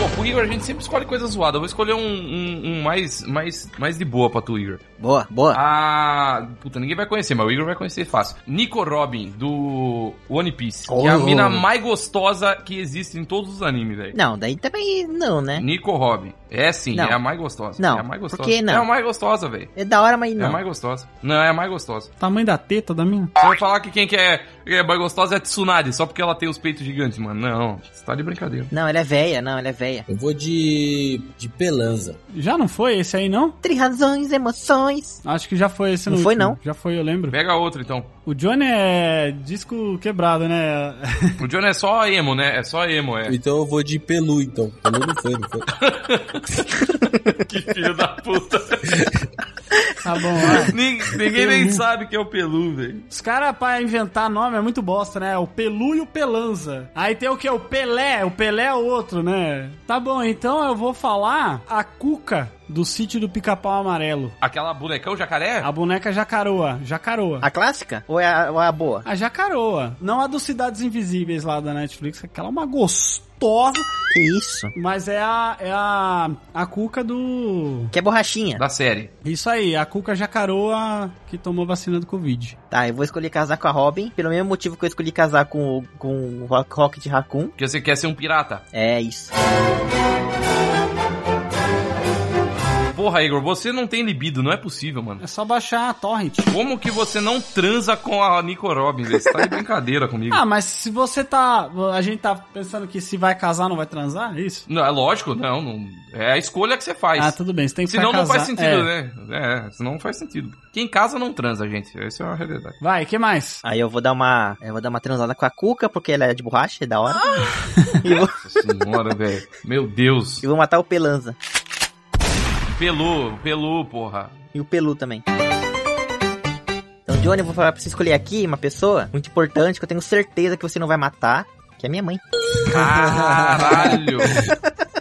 [SPEAKER 3] Pô, pro Igor a gente sempre escolhe coisa zoada. Eu vou escolher um, um- um mais, mais, mais de boa pra tu, Igor.
[SPEAKER 5] Boa, boa.
[SPEAKER 3] <laughs> Ah, puta, ninguém vai conhecer, mas o Igor vai conhecer fácil. Nico Robin, do One Piece.
[SPEAKER 5] Oh.
[SPEAKER 3] que é a mina mais gostosa que existe em todos os animes, velho.
[SPEAKER 5] Não, daí também não, né?
[SPEAKER 3] Nico Robin. É sim,
[SPEAKER 5] Não.
[SPEAKER 3] é a mais gostosa.
[SPEAKER 5] Não,
[SPEAKER 3] É a mais gostosa.
[SPEAKER 5] por que não?
[SPEAKER 3] É a mais gostosa, velho.
[SPEAKER 5] É da hora, mas
[SPEAKER 3] É a
[SPEAKER 5] não.
[SPEAKER 3] mais gostosa. Não, é a mais gostosa.
[SPEAKER 2] Tamanho da teta da minha.
[SPEAKER 3] Você vai falar que quem que é, que é mais gostosa é a Tsunade, só porque ela tem os peitos gigantes, mano. Não, você tá de brincadeira.
[SPEAKER 5] Não, ela é véia, não, ela é véia.
[SPEAKER 4] Eu vou de. de Pelanza.
[SPEAKER 2] Já não foi esse aí, não?
[SPEAKER 5] Três razões, emoções.
[SPEAKER 2] Acho que já foi esse
[SPEAKER 5] Não
[SPEAKER 2] no
[SPEAKER 5] foi,
[SPEAKER 2] último.
[SPEAKER 5] não.
[SPEAKER 2] Já foi, eu lembro.
[SPEAKER 3] Pega outro, então.
[SPEAKER 2] O Johnny é disco quebrado, né? <laughs>
[SPEAKER 3] O John é só emo, né? É só emo, é.
[SPEAKER 4] Então eu vou de Pelu, então. Pelu não foi, não foi.
[SPEAKER 3] <laughs> que filho da puta. <laughs>
[SPEAKER 2] Tá bom, vai.
[SPEAKER 3] Ninguém, ninguém nem sabe que é o Pelu, velho.
[SPEAKER 2] Os caras, pra inventar nome, é muito bosta, né? O Pelu e o Pelanza. Aí tem o que? O Pelé. O Pelé é o outro, né? Tá bom, então eu vou falar a Cuca do sítio do Pica-Pau Amarelo.
[SPEAKER 3] Aquela bonecão jacaré?
[SPEAKER 2] A boneca Jacaroa. Jacaroa.
[SPEAKER 5] A clássica? Ou é a, ou é a boa?
[SPEAKER 2] A Jacaroa. Não a dos Cidades Invisíveis lá da Netflix. Aquela é uma gostosa.
[SPEAKER 5] Que isso?
[SPEAKER 2] Mas é a, é a, a Cuca do...
[SPEAKER 5] Que é borrachinha.
[SPEAKER 3] Da série.
[SPEAKER 2] Isso aí, a Cuca Jacaroa que tomou vacina do Covid.
[SPEAKER 5] Tá, eu vou escolher casar com a Robin, pelo mesmo motivo que eu escolhi casar com, o- com o Rock- Rocket Raccoon.
[SPEAKER 3] Porque você quer ser um pirata.
[SPEAKER 5] É isso.
[SPEAKER 3] Porra, Igor, você não tem libido, não é possível, mano.
[SPEAKER 2] É só baixar a torrent.
[SPEAKER 3] Como que você não transa com a Nico Robin, velho? Você tá de brincadeira comigo.
[SPEAKER 2] Ah, mas se você tá. A gente tá pensando que se vai casar, não vai transar? É isso?
[SPEAKER 3] Não, é lógico, não, não- É a escolha que você faz.
[SPEAKER 2] Ah, tudo bem, você tem que
[SPEAKER 3] Senão
[SPEAKER 2] ficar
[SPEAKER 3] não faz
[SPEAKER 2] casado. É.
[SPEAKER 3] sentido, né? É, senão não faz sentido. Quem casa não transa, gente. Essa é uma realidade.
[SPEAKER 2] Vai, que mais?
[SPEAKER 5] Aí eu vou dar uma. Eu vou dar uma transada com a Cuca, porque ela é de borracha, é da hora. e vou,
[SPEAKER 3] Nossa senhora, <laughs> velho. Meu Deus.
[SPEAKER 5] e vou matar o Pelanza.
[SPEAKER 3] Pelu, pelu, porra.
[SPEAKER 5] E o Pelu também. Então, Johnny, eu vou falar pra você escolher aqui uma pessoa muito importante que eu tenho certeza que você não vai matar, que é minha mãe.
[SPEAKER 2] <laughs>
[SPEAKER 3] Caralho.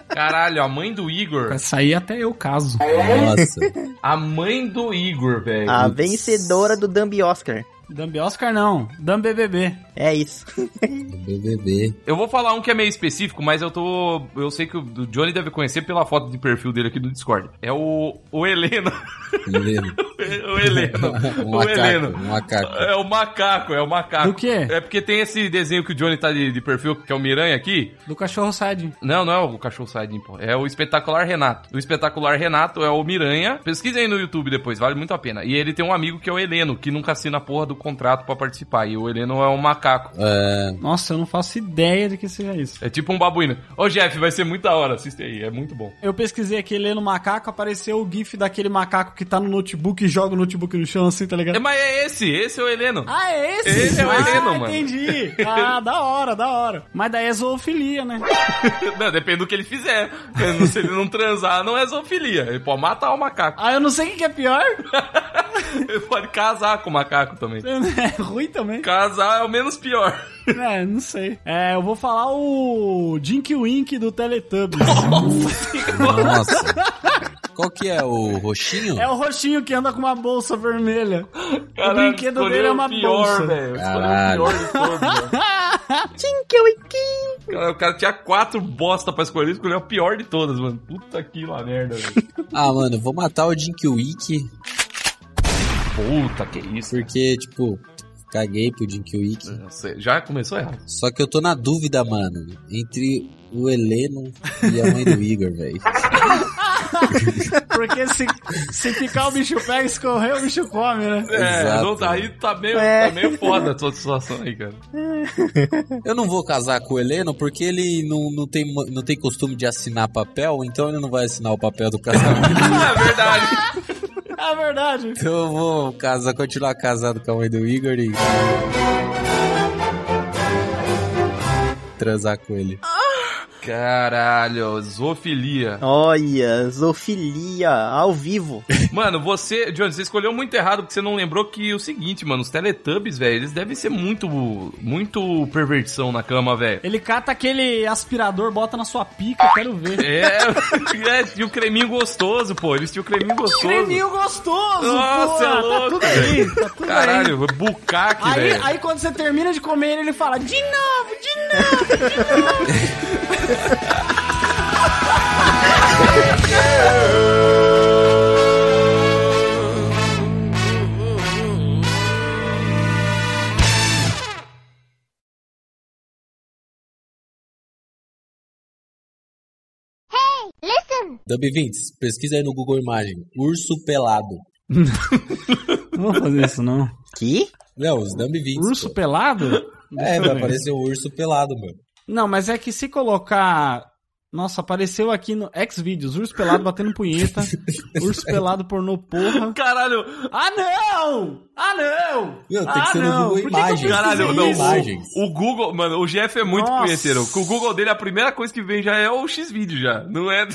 [SPEAKER 3] Caralho, a mãe do Igor.
[SPEAKER 2] Essa aí até eu caso.
[SPEAKER 4] Nossa.
[SPEAKER 3] A mãe do Igor, velho.
[SPEAKER 5] Ah, A vencedora do Dumb Oscar.
[SPEAKER 2] Dumb Oscar não. Dumb BBB.
[SPEAKER 5] É isso. <laughs>
[SPEAKER 4] BBB.
[SPEAKER 3] Eu vou falar um que é meio específico, mas eu tô. Eu sei que o o Johnny deve conhecer pela foto de perfil dele aqui no Discord. É o. O Heleno.
[SPEAKER 4] Heleno.
[SPEAKER 3] <laughs> o Heleno.
[SPEAKER 4] um
[SPEAKER 3] o
[SPEAKER 4] macaco.
[SPEAKER 3] Heleno.
[SPEAKER 4] Um macaco.
[SPEAKER 3] É o macaco, é o macaco.
[SPEAKER 2] Do quê?
[SPEAKER 3] É porque tem esse desenho que o Johnny tá de, de perfil, que é o Miranha aqui.
[SPEAKER 2] Do cachorro Side.
[SPEAKER 3] Não, não é o cachorro saidinho, pô. É o espetacular Renato. O espetacular Renato é o Miranha. Pesquisa aí no YouTube depois, vale muito a pena. E ele tem um amigo que é o Heleno, que nunca assina a porra do contrato pra participar. E o Heleno é um macaco.
[SPEAKER 4] É,
[SPEAKER 2] Nossa, eu não faço ideia de que seja isso.
[SPEAKER 3] É tipo um babuíno. Ô, Jeff, vai ser muito da hora. Assiste aí, é muito bom.
[SPEAKER 2] Eu pesquisei aqui lendo macaco, apareceu o GIF daquele macaco que tá no notebook e joga o notebook no chão assim, tá ligado?
[SPEAKER 3] É, mas é esse, esse é o Heleno.
[SPEAKER 2] Ah, é esse?
[SPEAKER 3] Esse é o
[SPEAKER 2] ah,
[SPEAKER 3] Heleno, mano.
[SPEAKER 2] entendi. Ah, da hora, da hora. Mas daí é zoofilia, né?
[SPEAKER 3] Não, depende do que ele fizer. Se ele não transar, não é zoofilia. Ele pode matar o macaco.
[SPEAKER 2] Ah, eu não sei o que que é pior. <laughs>
[SPEAKER 3] Ele pode casar com o macaco também.
[SPEAKER 2] É ruim também.
[SPEAKER 3] Casar é o menos pior.
[SPEAKER 2] É, não sei. É, eu vou falar o Dink Wink do Teletubbies.
[SPEAKER 4] nossa. Qual que é o roxinho?
[SPEAKER 2] É o roxinho que anda com uma bolsa vermelha. o
[SPEAKER 3] Caralho,
[SPEAKER 2] brinquedo dele é
[SPEAKER 3] escolheu
[SPEAKER 2] uma
[SPEAKER 3] o pior,
[SPEAKER 2] bolsa.
[SPEAKER 3] velho. Escolheu o
[SPEAKER 4] Caralho.
[SPEAKER 3] pior de todos, velho. Cara, O cara tinha quatro bosta pra escolher, escolheu a pior de todas, mano. Puta que lá merda, velho.
[SPEAKER 4] Ah, mano, eu vou matar o Jinkiewicz,
[SPEAKER 3] Puta que isso.
[SPEAKER 4] porque, tipo, caguei pro
[SPEAKER 3] É.
[SPEAKER 4] Jinkiewicz.
[SPEAKER 3] Você já começou errado.
[SPEAKER 4] Só que eu tô na dúvida, mano, entre o Heleno e a
[SPEAKER 3] <laughs>
[SPEAKER 4] mãe do Igor, velho.
[SPEAKER 2] Porque se, se ficar o bicho pega, escorrer o bicho come, né?
[SPEAKER 3] É,
[SPEAKER 4] Exato.
[SPEAKER 3] não tá aí, tá meio,
[SPEAKER 5] É.
[SPEAKER 3] tá meio foda a sua situação aí, cara. <laughs>
[SPEAKER 4] Eu não vou casar com o Heleno porque ele não, não, tem, ma- não tem costume de assinar papel, então ele não vai assinar o papel do
[SPEAKER 3] <laughs>
[SPEAKER 4] casamento.
[SPEAKER 3] É verdade.
[SPEAKER 2] É verdade.
[SPEAKER 4] Então eu vou casar, continuar casado com a mãe do Igor e. transar com ele.
[SPEAKER 3] Caralho, zoofilia.
[SPEAKER 5] Olha, zoofilia ao vivo.
[SPEAKER 3] Mano, você, Johnny, você escolheu muito errado porque você não lembrou que o seguinte, mano, os Teletubbies, velho, eles devem ser muito, muito perversão na cama, velho.
[SPEAKER 2] Ele cata aquele aspirador, bota na sua pica, eu quero ver.
[SPEAKER 3] É, <laughs> é, tinha o creminho gostoso, pô. Eles tinham o creminho gostoso.
[SPEAKER 2] Creminho gostoso,
[SPEAKER 3] Nossa,
[SPEAKER 2] pô!
[SPEAKER 3] é
[SPEAKER 2] tá
[SPEAKER 3] louco,
[SPEAKER 2] tudo aí, tá tudo aí.
[SPEAKER 3] Caralho, bucaque,
[SPEAKER 2] Aí,
[SPEAKER 3] velho.
[SPEAKER 2] aí quando você termina de comer ele, ele fala, de novo, de novo.
[SPEAKER 4] Dub Vintes, pesquisa aí no Google Imagem. Urso pelado.
[SPEAKER 2] Não vou fazer isso, não.
[SPEAKER 5] Que?
[SPEAKER 4] Não, os Dub Vintes.
[SPEAKER 2] Urso pelado?
[SPEAKER 4] pô. É,
[SPEAKER 2] Deixa eu
[SPEAKER 4] vai
[SPEAKER 2] ver.
[SPEAKER 4] aparecer um urso pelado, mano.
[SPEAKER 2] Não, mas é que se colocar... Nossa, apareceu aqui no Xvideos, urso pelado batendo punheta, urso pelado pornô porra.
[SPEAKER 3] Caralho,
[SPEAKER 2] Ah, não! Ah, não!
[SPEAKER 4] Meu, tem
[SPEAKER 2] ah,
[SPEAKER 4] que ser no
[SPEAKER 2] Por que
[SPEAKER 4] Google
[SPEAKER 2] que eu
[SPEAKER 4] Imagens.
[SPEAKER 2] fiz
[SPEAKER 3] caralho,
[SPEAKER 4] Sim,
[SPEAKER 3] não.
[SPEAKER 2] isso?
[SPEAKER 4] imagens.
[SPEAKER 3] O, o Google, mano, o Jeff é muito
[SPEAKER 2] Nossa.
[SPEAKER 3] punheteiro. Com o Google dele, a primeira coisa que vem já é o X-Vídeo já. Não é.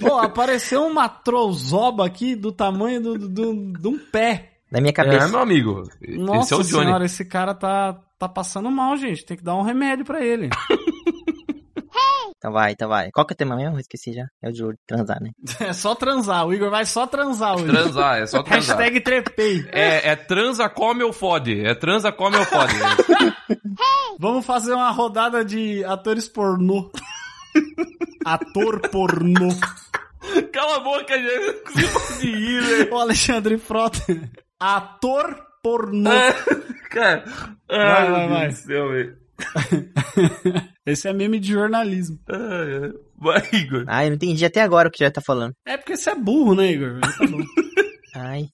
[SPEAKER 2] Pô, apareceu uma trozoba aqui do tamanho do- do- do- de um pé.
[SPEAKER 5] Na minha
[SPEAKER 3] É,
[SPEAKER 5] cabeça.
[SPEAKER 3] meu amigo. Esse
[SPEAKER 2] Nossa
[SPEAKER 3] é o Johnny.
[SPEAKER 2] senhora, esse cara tá, tá passando mal, gente. Tem que dar um remédio pra ele.
[SPEAKER 5] Então vai, então vai. Qual que é o tema mesmo? Eu Esqueci já. É o de ouro, transar, né?
[SPEAKER 2] É só transar. O Igor vai só transar hoje.
[SPEAKER 3] Transar, é só transar.
[SPEAKER 2] Hashtag trepei.
[SPEAKER 3] É, é transa, come ou fode. É transa, come ou fode.
[SPEAKER 2] Vamos fazer uma rodada de atores pornô. Ator pornô.
[SPEAKER 3] <laughs> Cala a boca, gente. Não consigo conseguir, velho.
[SPEAKER 2] O Alexandre Frota. É. Ator pornô.
[SPEAKER 3] Cara,
[SPEAKER 2] Vai, vai,
[SPEAKER 3] ai, meu Deus
[SPEAKER 2] vai.
[SPEAKER 3] do céu, velho.
[SPEAKER 2] Esse é meme de jornalismo.
[SPEAKER 3] Ai, ai. Vai, Igor.
[SPEAKER 5] Ah, eu não entendi até agora o que já tá falando.
[SPEAKER 2] É porque você é burro, né, Igor? Tá bom.
[SPEAKER 5] Ai.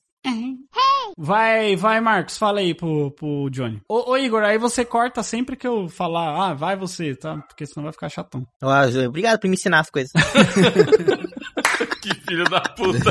[SPEAKER 2] Vai, vai, Marcos, fala aí pro, pro Johnny. Ô, ô, Igor, aí você corta sempre que eu falar, ah, vai você, tá? Porque senão vai ficar chatão.
[SPEAKER 5] Ó, Ju, Obrigado por me ensinar as coisas.
[SPEAKER 3] Que filho da puta.